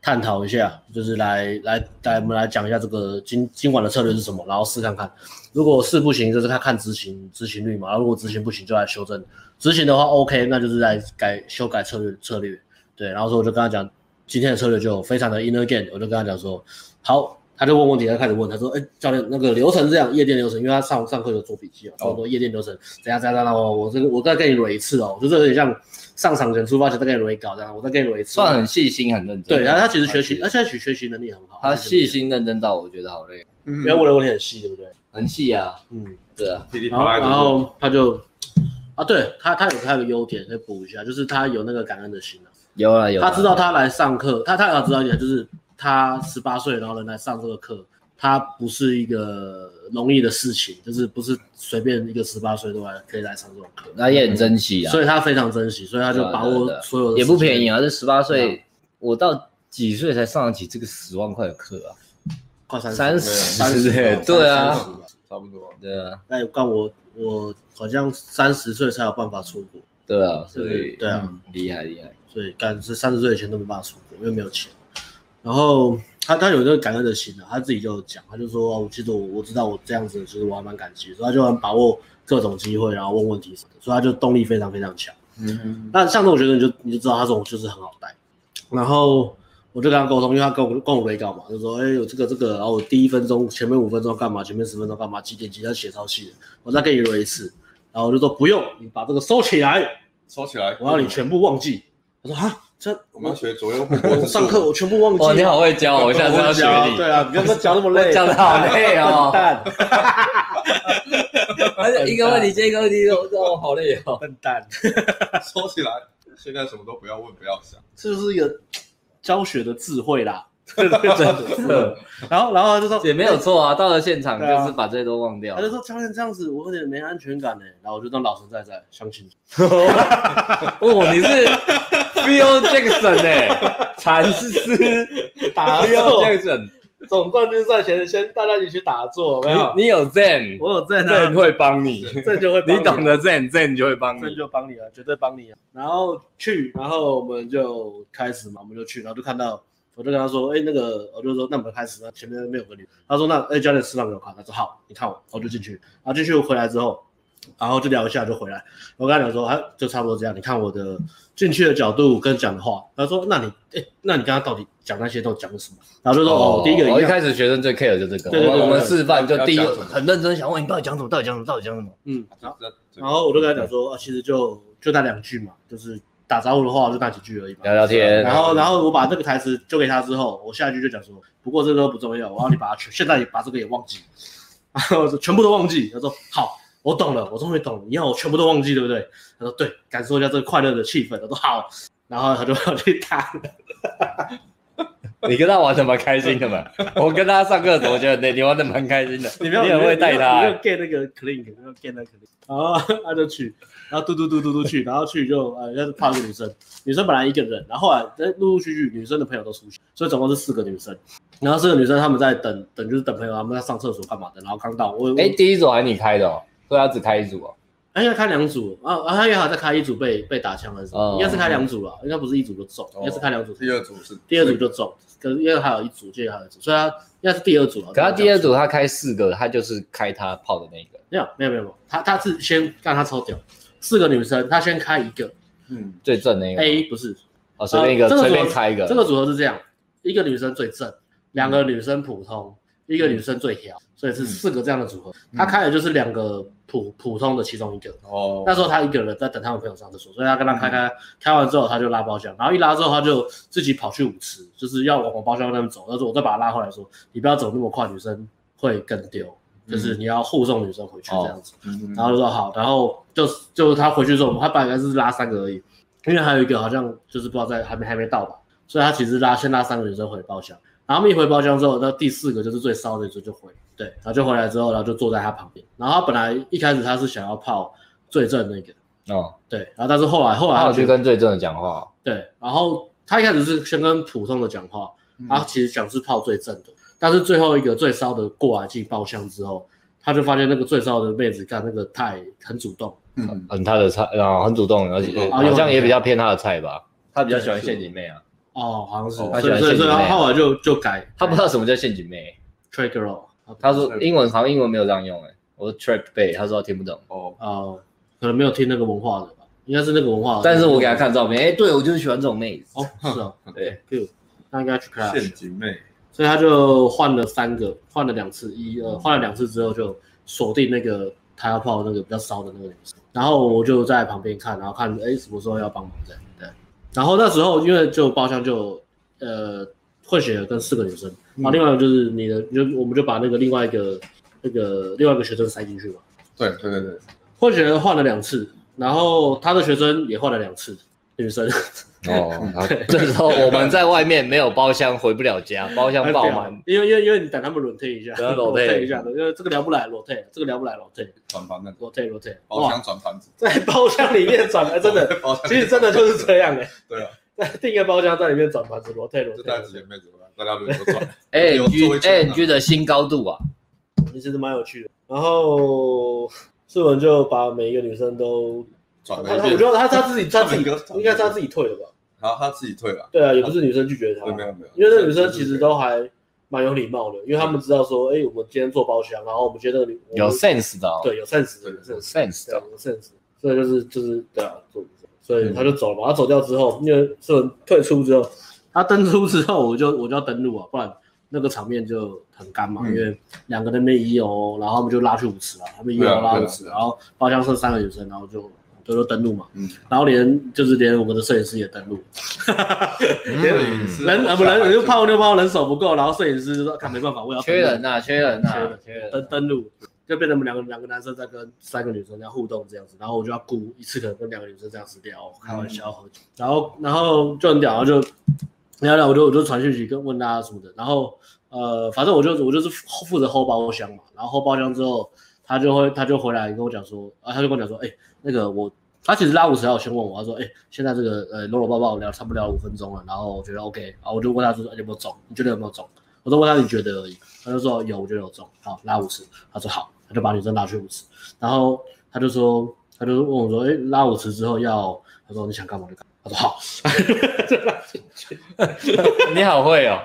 Speaker 4: 探讨一下，就是来来来我们来讲一下这个今今晚的策略是什么，然后试看看。如果是不行，就是看看执行执行率嘛。然后如果执行不行，就来修正。执行的话 OK，那就是在改修改策略策略。对，然后说我就跟他讲，今天的策略就非常的 inner game，我就跟他讲说，好，他就问问题，他开始问，他说，哎，教练那个流程是这样，夜店流程，因为他上上课有做笔记哦，我说夜店流程怎样怎样怎样，我我这个我再跟你捋一次哦，就是有点像上场前出发前再跟你捋一稿这样，我再跟你捋一次，
Speaker 2: 算很细心，很认真。
Speaker 4: 对，然后他其实学习，他现在学学习能力很好，
Speaker 2: 他细，嗯心认真到我觉得好累，
Speaker 4: 因为问的问题很细，对不对？
Speaker 2: 很细啊。
Speaker 4: 嗯。
Speaker 2: 对啊，
Speaker 1: 噼里
Speaker 4: 然后
Speaker 1: 啪啦一直
Speaker 4: 然
Speaker 1: 问
Speaker 4: 后他就啊，对他他有他有个优点，可以补一下，就是他有那个感恩的心啊。
Speaker 2: 有啊有啦。
Speaker 4: 他知道他来上课，他他要知道一点，就是他十八岁然后能来上这个课，他不是一个容易的事情，就是不是随便一个十八岁都来可以来上这种课，
Speaker 2: 他也很珍惜啊，
Speaker 4: 所以他非常珍惜，所以他就
Speaker 2: 对啊
Speaker 4: 把
Speaker 2: 对啊
Speaker 4: 握
Speaker 2: 对啊
Speaker 4: 所有的
Speaker 2: 也不
Speaker 4: 时间
Speaker 2: 便宜，啊。这十八岁，我到几岁才上得起这个十万块的课啊？
Speaker 4: 快三
Speaker 2: 三
Speaker 4: 十
Speaker 2: 十
Speaker 4: 三十
Speaker 2: 对
Speaker 4: 了
Speaker 2: 对啊，
Speaker 4: 三十了
Speaker 1: 差不多。
Speaker 2: 对啊，
Speaker 4: 那但我我好像三十岁才有办法出国，
Speaker 2: 对啊，所以
Speaker 4: 对啊
Speaker 2: 嗯厉害厉害。
Speaker 4: 所以干是三十岁以前都没办法出国，因为没有钱。然后他他有这个感恩的心啊，他自己就有讲，他就说，哦，其实我我知道我这样子，其实我还蛮感激，所以他就很把握各种机会，然后问问题什么的，所以他就动力非常非常强。
Speaker 1: 嗯，
Speaker 4: 那像这种学生，你就你就知道他这种就是很好带。然后我就跟他沟通，因为他跟我跟我雷稿嘛，就说，哎、有这个这个，然后我第一分钟、前面五分钟干嘛，前面十分钟干嘛，几点几点要写超细的，我再给你捋一次。然后我就说不用，你把这个收起来，
Speaker 1: 收起来。
Speaker 4: 我要你全部忘记。我说啊，这
Speaker 1: 我们要学左右互
Speaker 4: 我
Speaker 1: 搏之术
Speaker 4: 上课我全部忘记了。
Speaker 2: 哇，你好会教哦，我下次要学你。
Speaker 4: 对啊，你不要讲那么累，
Speaker 2: 我讲得好累哦
Speaker 4: 笨蛋，
Speaker 2: 而且一个问题接一个问题，我我好累哦。
Speaker 4: 笨蛋，
Speaker 1: 收起来。现在什么都不要问，不要想。
Speaker 4: 这 就是一个教学的智 慧啦。真的真的。然后然后他就说
Speaker 2: 也没有，错啊，到了现场
Speaker 4: 对啊
Speaker 2: 就是把这些都忘掉
Speaker 4: 他。就说教练这样子我有点没安全感呢。然后我就当老神在在，相信你。
Speaker 2: 哦，你 是 Phil Jackson 哎，禅师
Speaker 4: 打
Speaker 2: Phil Jackson，
Speaker 4: 总冠军赛前先大家一起去打坐，有没有？
Speaker 2: 你你有 Zen，Zen
Speaker 4: 我有啊在呢，
Speaker 2: 会帮 你，
Speaker 4: 这就会帮
Speaker 2: 你懂得 Zen，Zen 就会帮
Speaker 4: 这
Speaker 2: 你。
Speaker 4: 就帮你了，绝对帮你了。然后去，然后我们就开始嘛，我们就去，然后就看到，我就跟他说，哎、那个，我就说，那我们开始，那啊前面没有个女，他说，那哎、教练示范给我看，他说好，你看我，我就进去，然后进去回来之后，然后就聊一下就回来，我跟他讲说，啊，就差不多这样，你看我的进去的角度跟讲的话，他说，那你，哎、那你刚刚到底讲那些都讲了什么？然后就说，哦，第一个
Speaker 2: 我
Speaker 4: 一
Speaker 2: 一
Speaker 4: 样，
Speaker 2: 开始学生最 care 就这个，
Speaker 4: 对对对
Speaker 2: 我
Speaker 4: 对
Speaker 2: 们我们示范就第一
Speaker 1: 要讲
Speaker 2: 个
Speaker 1: 什么
Speaker 2: 很认真想问你到底讲什么，到底讲什么，到底讲什么。
Speaker 4: 嗯，然后
Speaker 1: 然
Speaker 4: 然后我就跟他讲说，啊，其实就就那两句嘛，就是打招呼的话就那几句而已嘛。
Speaker 2: 聊聊天
Speaker 4: 然后，然后我把这个台词丢给他之后，我下一句就讲说，不过这个都不重要，我要你把它全现在也把这个也忘记，然 后我说全部都忘记。他说好，我懂了，我终于懂了，你要我全部都忘记，对不对？他说对，感受一下这个快乐的气氛。我说好，然后他就 要去打。
Speaker 2: 你跟他玩的蛮开心的嘛， 我跟他上课的时候觉得你你玩的蛮开心的，
Speaker 4: 你没有，
Speaker 2: 很会带他
Speaker 4: 你没有
Speaker 2: 欸。
Speaker 4: get 那个 clink，你没有 get 那个 clink，然后他就去，然后嘟嘟嘟嘟嘟去，然后去就呃，要是泡一个女生，女生本来一个人，然后后来呃陆陆续续女生的朋友都出去，所以总共是四个女生，然后四个女生她们在等等就是等朋友，她们在上厕所干嘛的，然后刚到我，
Speaker 2: 哎，
Speaker 4: 哎
Speaker 2: 第一组还是你开的哦，所以他只开一组哦。
Speaker 4: 哎要开两组啊啊，他约好再开一组被被打枪还是什么，
Speaker 2: 哦
Speaker 4: 应该是开两组了，应该不是一组就中，
Speaker 1: 哦
Speaker 4: 应该是开两组，
Speaker 1: 第二组是
Speaker 4: 第二组就中，可是因为还有一组，记得还有一组，所以他应该是第二组了，
Speaker 2: 可他第二组他开四个，他就是开他泡的那个。
Speaker 4: 没有没有没有没有，他他是先让他抽掉，四个女生，他先开一个
Speaker 1: 嗯，
Speaker 2: 最正那个
Speaker 4: A 不是，
Speaker 2: 哦，随便一个，
Speaker 4: 呃哎这个
Speaker 2: 随
Speaker 4: 组合
Speaker 2: 便开一个。嗯
Speaker 4: 这个组合是这样，一个女生最正，两个女生普通，一个女生最挑，所以是四个这样的组合。
Speaker 2: 嗯
Speaker 4: 他开的就是两个普普通的其中一个。
Speaker 1: 哦，
Speaker 4: 那时候他一个人在等他们朋友上厕所，所以他跟
Speaker 2: 嗯
Speaker 4: 他开开、开完之后，他就拉包厢，然后一拉之后他就自己跑去舞池，就是要往我包厢那边走。但是我再把他拉回来说，你不要走那么快，女生会更丢，
Speaker 2: 嗯
Speaker 4: 就是你要护送女生回去这样子。
Speaker 1: 嗯
Speaker 4: 然后就说好，然后就就他回去之后，我们他本来是拉三个而已，因为还有一个好像就是不知道在还没还没到吧，所以他其实拉先拉三个女生回包厢，然后他们一回包厢之后，那第四个就是最骚的女生就回，对，然后就回来之后，然后就坐在他旁边，然后他本来一开始他是想要泡最正那个，
Speaker 2: 哦，
Speaker 4: 对，然后但是后来后来
Speaker 2: 他
Speaker 4: 他
Speaker 2: 有
Speaker 4: 觉
Speaker 2: 去
Speaker 4: 得
Speaker 2: 跟最正的讲话，
Speaker 4: 对，然后他一开始是先跟普通的讲话，他其实想是泡最正的，但是最后一个最骚的过来进包厢之后，他就发现那个最骚的妹子干那个太很主动，
Speaker 1: 嗯，
Speaker 2: 很他的菜，然后很主动，而且
Speaker 1: 啊
Speaker 2: 好哦像也比较偏他的菜吧，他比较喜欢陷阱妹啊，
Speaker 4: 哦，好像是，
Speaker 1: 哦
Speaker 4: 所以所以所以他后来就就改，
Speaker 2: 他不知道什么叫陷阱妹，
Speaker 4: t r i g g e r o
Speaker 2: 他说英文好像英文没有这样用哎，我说 trap 背，他说他听不懂，
Speaker 1: 哦，
Speaker 4: 哦，可能没有听那个文化的吧，应该是那个文化的，
Speaker 2: 但是我给他看照片，哎，对我就是喜欢这种妹子，
Speaker 4: 哦，是哦，
Speaker 2: 对，
Speaker 4: 对，那应该去啊 crash，
Speaker 1: 嗯陷阱妹，
Speaker 4: 所以他就换了三个，换了两次，一
Speaker 2: 嗯
Speaker 4: 呃，换了两次之后就锁定那个他要泡那个比较骚的那个女生，然后我就在旁边看，然后看哎什么时候要帮忙这样，对，然后那时候因为就包厢就呃混血儿跟四个女生，
Speaker 2: 嗯
Speaker 4: 然后另外一个就是你的，就我们就把那个另外一个那个另外一个学生塞进去嘛，
Speaker 1: 对对对对，
Speaker 4: 混血儿换了两次，然后他的学生也换了两次女生，
Speaker 2: 哦， 然后这时候我们在外面没有包厢，回不了家，包厢爆满，
Speaker 4: 因为因为因为你等他们轮退一下，
Speaker 2: 等他 裸退
Speaker 4: 一下的，因为这个聊不来裸退，这个聊不来裸退，
Speaker 1: 转盘那种，
Speaker 4: 裸退裸退，
Speaker 1: 包
Speaker 4: 哇
Speaker 1: 厢转盘子，
Speaker 4: 在包厢里面转，哎 真的，
Speaker 1: 包厢
Speaker 4: 其实真的就是这样的，欸
Speaker 1: 对啊，
Speaker 4: 在订个包厢在里面转盘子裸退裸
Speaker 1: 就
Speaker 4: 退
Speaker 1: 带几个妹子吧，大家轮流 转，
Speaker 2: 哎
Speaker 1: 有座
Speaker 2: G
Speaker 1: 位区啊
Speaker 2: A N G 的新高度啊，
Speaker 4: 其实蛮有趣的。然后世文就把每一个女生都，
Speaker 1: 转
Speaker 4: 他
Speaker 1: 了
Speaker 4: 他
Speaker 1: 一
Speaker 4: 我觉
Speaker 1: 遍，
Speaker 4: 得他他自己他自己
Speaker 1: 他们都
Speaker 4: 应该是他自己退的吧？
Speaker 1: 然后他自己退了，
Speaker 4: 对啊，也不是女生拒绝他，
Speaker 1: 对，没有没有，
Speaker 4: 因为那女生其实都还蛮有礼貌的，因为他们知道说，哎、我们今天做包厢，然后我们觉得女
Speaker 2: 有
Speaker 4: 我们
Speaker 2: sense 的哦，
Speaker 4: 对有 sense 的，
Speaker 1: 对
Speaker 4: 有
Speaker 2: 有 sense
Speaker 4: sense，对
Speaker 2: 的
Speaker 4: 啊，有 sense，所以就是就是对啊，做所以他就走了嘛。他走掉之后，因为是退出之后，他登出之后，我就我就要登录啊，不然那个场面就很干嘛。
Speaker 1: 嗯
Speaker 4: 因为两个人没一游，然后他们就拉去舞池了，他们一游
Speaker 1: 对啊
Speaker 4: 拉
Speaker 1: 对
Speaker 4: 舞
Speaker 1: 啊
Speaker 4: 池，
Speaker 1: 对啊
Speaker 4: 然后包厢剩三个女生，然后就就都登录嘛，
Speaker 1: 嗯
Speaker 4: 然后连就是连我们的摄影师也登录，
Speaker 1: 嗯，
Speaker 4: 人啊不人人就泡妞泡人手不够，然后摄影师就说看没办法，我也要登
Speaker 2: 缺
Speaker 4: 录
Speaker 2: 人呐，缺人啊
Speaker 4: 缺
Speaker 2: 呐
Speaker 4: 人，
Speaker 2: 缺人
Speaker 4: 登登录，就变成我们两个两个男生在跟三个女生在互动这样子，然后我就要顾一次可能跟两个女生这样子聊，开玩笑喝酒，然后然后就很屌，然后就聊聊，我就我就传讯息跟问大家什么的，然后呃反正我就我就是负负责后包厢嘛，然后后包厢之后他就会他就回来跟我讲说啊他就跟我讲说哎、那个我。他其实拉五十号先问我，他说：“哎、现在这个呃搂搂抱抱聊差不多聊五分钟了，然后我觉得 OK，然后我就问他说：‘哎你有没有中？你觉得有没有中？’我都问他你觉得而已，他就说有，我觉得有中，好拉五十，他说好，他就把女生拉去五十，然后他就说，他就问我说，哎、拉五十之后要，他说你想干嘛就干嘛，他说好，
Speaker 2: 你好会哦。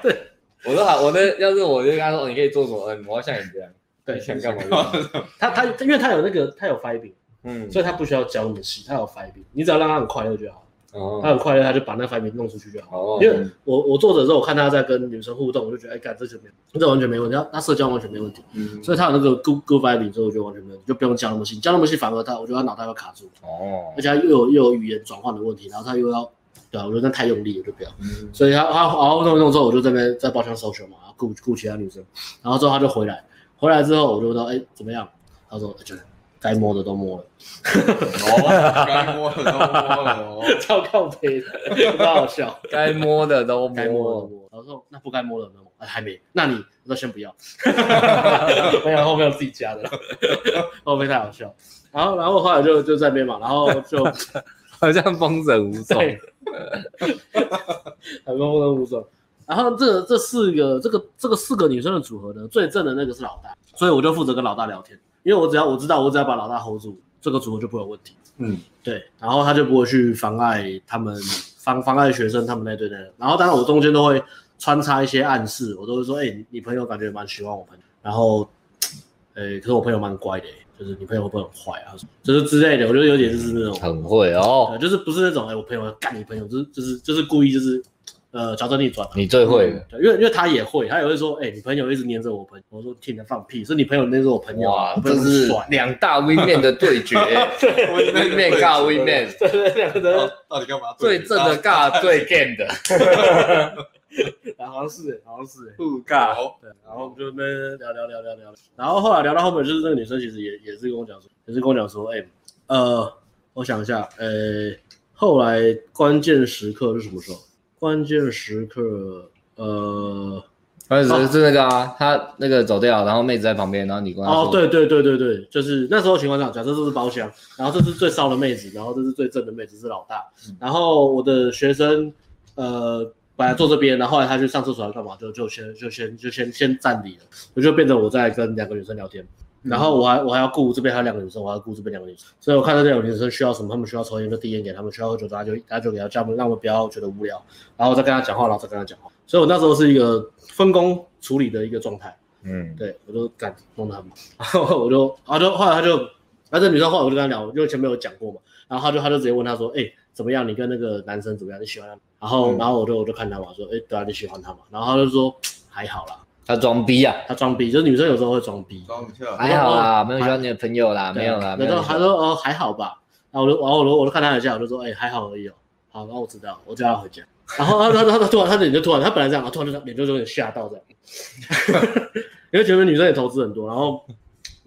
Speaker 2: 我说好，我的要是我就跟他说，哦你可以做什么？嗯，我要像你这样，
Speaker 4: 对
Speaker 2: 你，想干嘛就干嘛。
Speaker 4: 他他因为他有那个他有 fighting，
Speaker 2: 嗯，
Speaker 4: 所以他不需要教你戏，他有 fighting，你只要让他很快乐就好，他
Speaker 2: 哦，
Speaker 4: 很快乐他就把那 fighting 弄出去就好。
Speaker 2: 哦
Speaker 4: 因为我我作者的时候，我看他在跟女生互动，我就觉得哎，干这就没，这完全没问题，他他社交完全没问题，
Speaker 1: 嗯，
Speaker 4: 所以他有那个 good good vibing 之后，我觉得完全没问题，就不用教那么细，教那么细反而他我觉得他脑袋会卡住。
Speaker 2: 哦
Speaker 4: 而且他又有又有语言转换的问题，然后他又要，对啊，我觉得那太用力了，就不要。
Speaker 1: 嗯
Speaker 4: 所以他他然后弄一弄之后，我就这边在包厢搜寻嘛，然后顾顾其他女生，然后之后他就回来，回来之后我就问他，哎，怎么样？他说，哎觉得该摸的都摸了，
Speaker 1: 哦，该摸的都摸了哦，
Speaker 4: 超靠背的， 超好笑。
Speaker 2: 该摸的都
Speaker 4: 该摸的都
Speaker 2: 摸，
Speaker 4: 摸了，然后说那不该摸的有没有摸？哎，还没，那你那先不要。 没有，后面我自己加的， 后面太好笑。然后，然后后来就就在那边嘛，然后就
Speaker 2: 好像风筝无踪。
Speaker 4: 对，很风风无所。然后这这四个这个这个四个女生的组合呢，最正的那个是老大，所以我就负责跟老大聊天，因为我只要我知道我只要把老大 hold 住，这个组合就不会有问题。
Speaker 1: 嗯，
Speaker 4: 对，然后他就不会去妨碍他们妨妨碍学生他们那对那对。然后当然我中间都会穿插一些暗示，我都会说，哎、你你朋友感觉蛮喜欢我朋友，然后，呃、可是我朋友蛮乖的、就是你朋友会不会很坏啊？就是之类的，我觉得有点就是那种
Speaker 2: 很会哦
Speaker 4: 呃，，就是不是那种哎、我朋友要干你朋友，就是就是就是故意就是呃矫正逆转啊、
Speaker 2: 你最会了。
Speaker 4: 对，因为因为他也会，他也会说，哎、你朋友一直黏着我朋友，我说听你放屁，是你朋友黏着我朋友啊，
Speaker 2: 哇
Speaker 4: 我，朋
Speaker 2: 这
Speaker 4: 友很
Speaker 2: 是
Speaker 4: 帅，
Speaker 2: 两大 win man 的对 决，win man 尬 win man，
Speaker 4: 对对，两个人
Speaker 1: 到底干嘛？
Speaker 2: 最正的尬对 game 的
Speaker 4: 啊好像是好像是，
Speaker 2: 互尬，
Speaker 1: 好，
Speaker 4: 对，然后我们就在那边聊聊聊聊聊，然后后来聊到后面，就是那个女生其实也也是跟我讲说，也是跟我讲说，哎、呃，我想一下，呃、后来关键时刻是什么时候？关键时刻，呃，
Speaker 2: 而且是那个啊，他那个走啊掉，然后妹子在旁边，然后你跟他
Speaker 4: 哦，
Speaker 2: 说
Speaker 4: 对对对对对，就是那时候情况下，假设这是包厢，然后这是最骚的妹子，然后这是最正的妹子是老大，
Speaker 2: 嗯
Speaker 4: 然后我的学生，呃，本来坐这边，然后后来他去上厕所还是干嘛，就就先就先就先先暂离了，我就变成我在跟两个女生聊天，
Speaker 2: 嗯
Speaker 4: 然后我还我还要顾这边还有两个女生，我还要顾这边两个女生，所以我看到这两个女生需要什么，她们需要抽烟就递烟给她们，需要喝酒大家就大家就给她，叫她们让我们不要觉得
Speaker 2: 嗯
Speaker 4: 无聊，然后再跟她讲话，然后再跟她讲话，所以我那时候是一个分工处理的一个状态。
Speaker 2: 嗯，
Speaker 4: 对我就干弄得很忙，然后 我就，然后就后来他就，然后这女生后来我就跟他聊，因为前面有讲过嘛，然后他就他就直接问他说，哎、怎么样？你跟那个男生怎么样？你喜欢他吗？然后、然后我就我就看他嘛，说，哎、对啊，你喜欢他嘛？然后他就说还好啦，
Speaker 2: 他装逼啊，
Speaker 4: 他装逼，就是女生有时候会装逼，
Speaker 1: 装一下，
Speaker 4: 哎
Speaker 2: 还好啦，没有喜欢你的朋友啦，没有啦，没
Speaker 4: 然
Speaker 2: 哦有
Speaker 4: 后
Speaker 2: 啦。
Speaker 4: 他说哦还好吧，然后我就然后我就我就看他一下，我就说哎、还好而已哦，好，然后我知道，我叫他回家。然后他他他他突然他脸就突然他本来这样，然后突然就脸就有点吓到这样，因为前面女生也投资很多，然后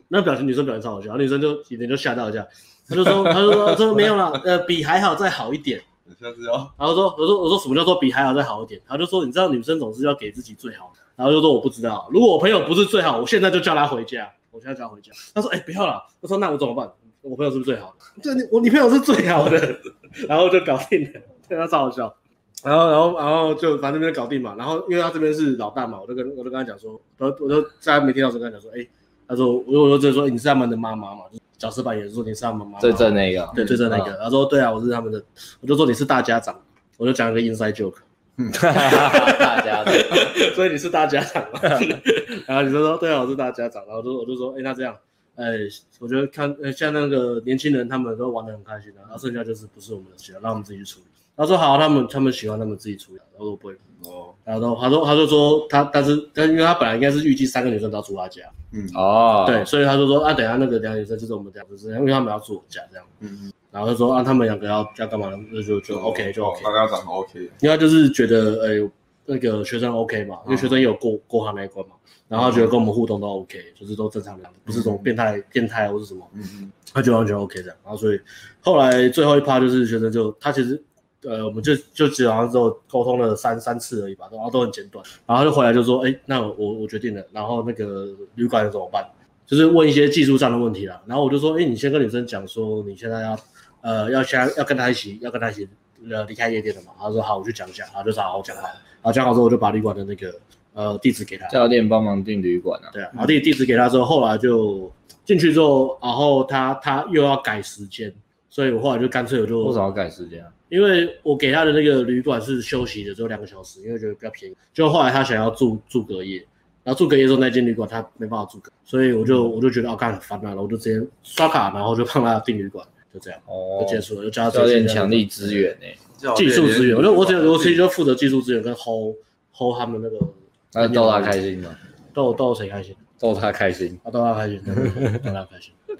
Speaker 4: 那表情女生表情超好笑，然后女生就脸就吓到一下，他就说他就说说没有啦，呃比还好再好一点，
Speaker 1: 你下次要
Speaker 4: 然后说我说我说什么叫做比还好再好一点，他就说你知道女生总是要给自己最好的，然后就说我不知道，如果我朋友不是最好，我现在就叫他回家，我现在叫他回家。他说哎、不要了，他说那我怎么办？我朋友是不是最好的？对，你我女朋友是最好的， 然后就搞定了，对他超好笑。然后，然后，然后就把那边搞定嘛。然后，因为他这边是老大嘛，我就跟我就跟他讲说，我我就在他没听到的时候跟他讲说，哎、他说，我我就直接说、哎你是他们的妈妈嘛，就是角色扮演说你是他们妈妈，
Speaker 2: 最正那 个，
Speaker 4: 对，最正那个。他说对啊，我是他们的，我就说你是大家长，我就讲了个 inside joke，
Speaker 2: 大家的
Speaker 4: 所以你是大家长嘛。 然后你就说对啊，我是大家长，然后我就我就说，哎、那这样，哎、我觉得看、呃像那个年轻人他们都玩的很开心的、啊然后剩下就是不是我们的事了，啊让我们自己去处理。他说好，他们他们喜欢他们自己处理，啊然后我说不会。
Speaker 1: 哦，
Speaker 4: 然后他说他就说他，但是但因为他本来应该是预计三个女生都要住他家，
Speaker 1: 嗯，
Speaker 2: 哦，
Speaker 4: 对，，所以他就说啊，等一下那个两个女生就是我们两个，就是因为他们要住我家这样，
Speaker 1: 嗯，
Speaker 4: 然后他说啊，他们两个要要干嘛呢？那就就 OK 就 OK，
Speaker 1: 大家长得 OK，
Speaker 4: 因为他就是觉得哎、那个学生 OK 嘛，因为学生也有过过他那一关嘛，然后他觉得跟我们互动都 OK，就是都正常的样子，不是什么变态变态或是什么，
Speaker 1: 嗯嗯，
Speaker 4: 他就完全 OK 这样。然后所以后来最后一趴就是学生就他其实呃我们就就基本上只有沟通了三三次而已吧，然后都很简短。然后他就回来就说，哎、那我我我决定了，然后那个旅馆怎么办？就是问一些技术上的问题啦。然后我就说，哎、你先跟女生讲说你现在要呃要先要跟她一起要跟她一起呃离开夜店了嘛。他说好，我去讲一下。然后就说好，我讲好了。然后讲好之后，我就把旅馆的那个呃地址给他。
Speaker 2: 教练帮忙订旅馆啊，
Speaker 4: 对啊，然后地地址给他之后，后来就进去之后，然后他他又要改时间，所以我后来就干脆我
Speaker 2: 多少
Speaker 4: 就，
Speaker 2: 要改时间啊？
Speaker 4: 因为我给他的那个旅馆是休息的，只有两个小时，因为觉得比较便宜。就后来他想要住住隔夜，然后住隔夜之后那间旅馆他没办法住隔，所以我就
Speaker 2: 嗯
Speaker 4: 我就觉得啊，干很烦啊，然后我就直接刷卡，然后就帮他订旅馆，就这样
Speaker 2: 哦
Speaker 4: 就结束了，就叫他直接
Speaker 2: 教练
Speaker 4: 去那个
Speaker 2: 强力支援欸呢，
Speaker 4: 技术资源，我就我只我其实就负责技术资源跟 hold hold 他们那个
Speaker 2: 那逗他开心吗？
Speaker 4: 逗逗谁开心。
Speaker 2: 逗他开心，
Speaker 4: 啊，都要开心，都要开心， 对。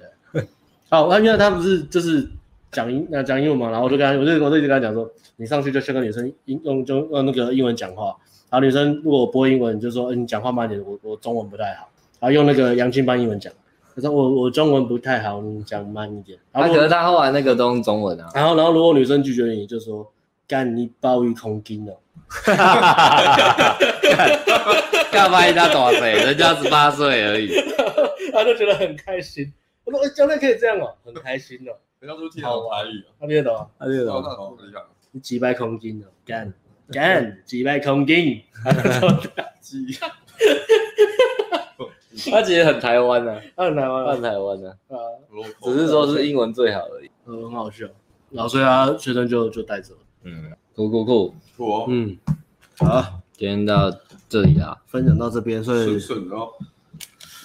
Speaker 4: 哦，那因为他不是就是讲英那讲英文嘛，然后我就跟他，我就我就一直跟他讲说，你上去就先跟女生英用就用那个英文讲话，然后女生如果不会英文，你就说，哎、你讲话慢点，我我中文不太好，然后用那个洋泾浜英文讲，他说我我中文不太好，你讲慢一点。
Speaker 2: 他
Speaker 4: 然后
Speaker 2: 啊可
Speaker 4: 如果、
Speaker 2: 是他后来那个都用中文 啊，
Speaker 4: 然后然后如果女生拒绝你，就说干你包一空斤哦。
Speaker 2: 干嘛一大多岁？人家十八岁而已，
Speaker 4: 他就觉得很开心，我说、哎教练可以这样哦，很开心哦，
Speaker 1: 人家都听好台语啊，
Speaker 4: 他听得懂啊？
Speaker 2: 他这
Speaker 1: 那好厉害，
Speaker 4: 几百公斤哦，干干几百公 斤，他
Speaker 1: 鸡，
Speaker 2: 他其实很台湾啊，
Speaker 4: 很难
Speaker 2: 他很
Speaker 4: 玩
Speaker 2: 台湾啊，
Speaker 4: 啊，
Speaker 2: 只
Speaker 1: 哦
Speaker 2: 是说是英文最好而已。
Speaker 4: 呃，很好笑。然后所以他学生就就带走了。
Speaker 2: 嗯，酷酷酷，
Speaker 1: 酷哦，
Speaker 4: 嗯，好，
Speaker 2: 今天到这里啦。
Speaker 4: 分享到这边，所以
Speaker 1: 顺顺的哦，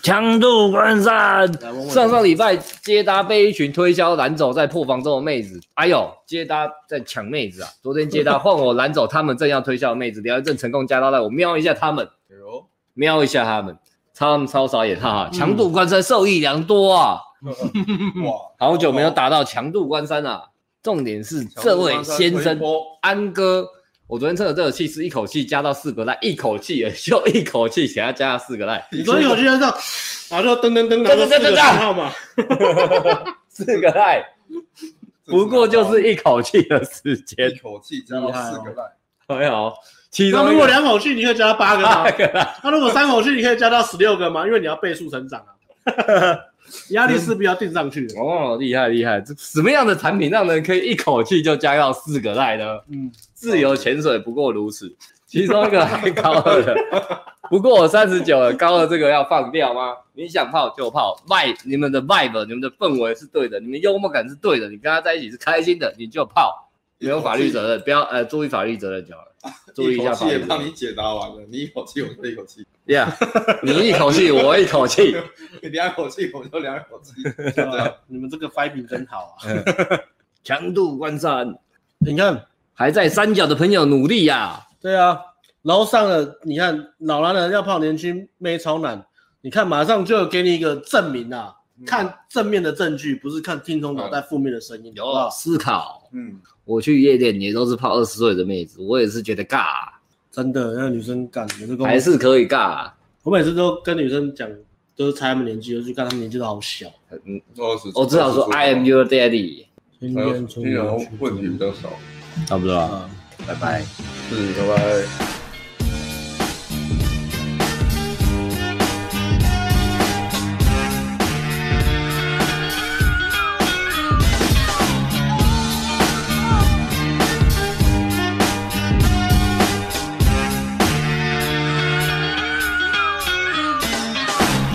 Speaker 2: 强度关山。
Speaker 4: 来问问
Speaker 2: 上上礼拜接搭被一群推销蓝走在破防中的妹子，哎呦，接搭在抢妹子啊！昨天接搭换我蓝走，他们正要推销的妹子，聊一阵成功加到带我瞄一下他们，
Speaker 1: 哎呦，
Speaker 2: 瞄一下他们，他们超傻眼，哈哈！强度关山受益良多啊，
Speaker 1: 哇，
Speaker 2: 好久没有打到强度关山啊。重点是这位先生安哥，我昨天测的这个气是一口气加到四个赖，一口气而 已就一口气想要加到四个赖，
Speaker 4: 你昨天有去 学校，然后就噔噔噔，然后
Speaker 2: 噔噔噔噔
Speaker 4: 四个暗号嘛，
Speaker 2: 四个赖，不过就是一口气的时间 哦
Speaker 1: 一。口气加到四个赖，
Speaker 2: 没有，哎其中
Speaker 4: 那哎
Speaker 2: 一个
Speaker 4: 如果两口气，你可以加到八个吗
Speaker 2: 那？个啦
Speaker 4: 那如果三口气，你可以加到十六个吗？因为你要倍数成长啊，压力是必须要定上去 的。
Speaker 2: 哦，厉害厉害！这什么样的产品让人可以一口气就加到四个赖呢？
Speaker 4: 嗯，
Speaker 2: 自由潜水不过如此，其中一个还高二的，不过我三十九了，高二这个要放掉吗？你想泡就泡，vibe 你们的 vibe，你们的氛围是对的，你们幽默感是对的，你跟他在一起是开心的，你就泡，没有法律责任，不要呃注意法律责任就好了，注意一
Speaker 1: 口
Speaker 2: 下
Speaker 1: 气
Speaker 2: 法
Speaker 1: 也
Speaker 2: 律责
Speaker 1: 帮
Speaker 2: 任
Speaker 1: 你。解答完了，你一口气，我就一口气，
Speaker 2: Yeah，你一口气，我一口气，
Speaker 1: 你两口气，我就两口气，就这样。
Speaker 4: 你们这个 fighting 真好啊！
Speaker 2: 强度关山，
Speaker 3: 你看，
Speaker 2: 还在三角的朋友努力呀、
Speaker 3: 对啊，楼上的你看老男人要泡年轻妹超难，你看马上就有给你一个证明啊，
Speaker 4: 嗯
Speaker 3: 看正面的证据，不是看听从脑袋负面的声音，
Speaker 4: 啊
Speaker 3: 好不
Speaker 2: 有啊
Speaker 3: 好？
Speaker 2: 思考。
Speaker 1: 嗯，
Speaker 2: 我去夜店也都是泡二十岁的妹子，我也是觉得尬、
Speaker 3: 真的，那女生干，每次
Speaker 4: 哦
Speaker 3: 跟我
Speaker 2: 还是可以尬、啊。
Speaker 3: 我每次都跟女生讲，都是猜她们年纪，我就看她们年纪都好小。
Speaker 2: 嗯，
Speaker 1: 二十，
Speaker 2: 我只好说 I am your daddy，
Speaker 3: 今
Speaker 1: 还有
Speaker 3: 天出
Speaker 1: 听
Speaker 3: 门
Speaker 1: 人
Speaker 3: 去
Speaker 1: 问题比较少，
Speaker 2: 差不多了，
Speaker 3: 啊。
Speaker 2: 拜拜。
Speaker 1: 是，拜拜。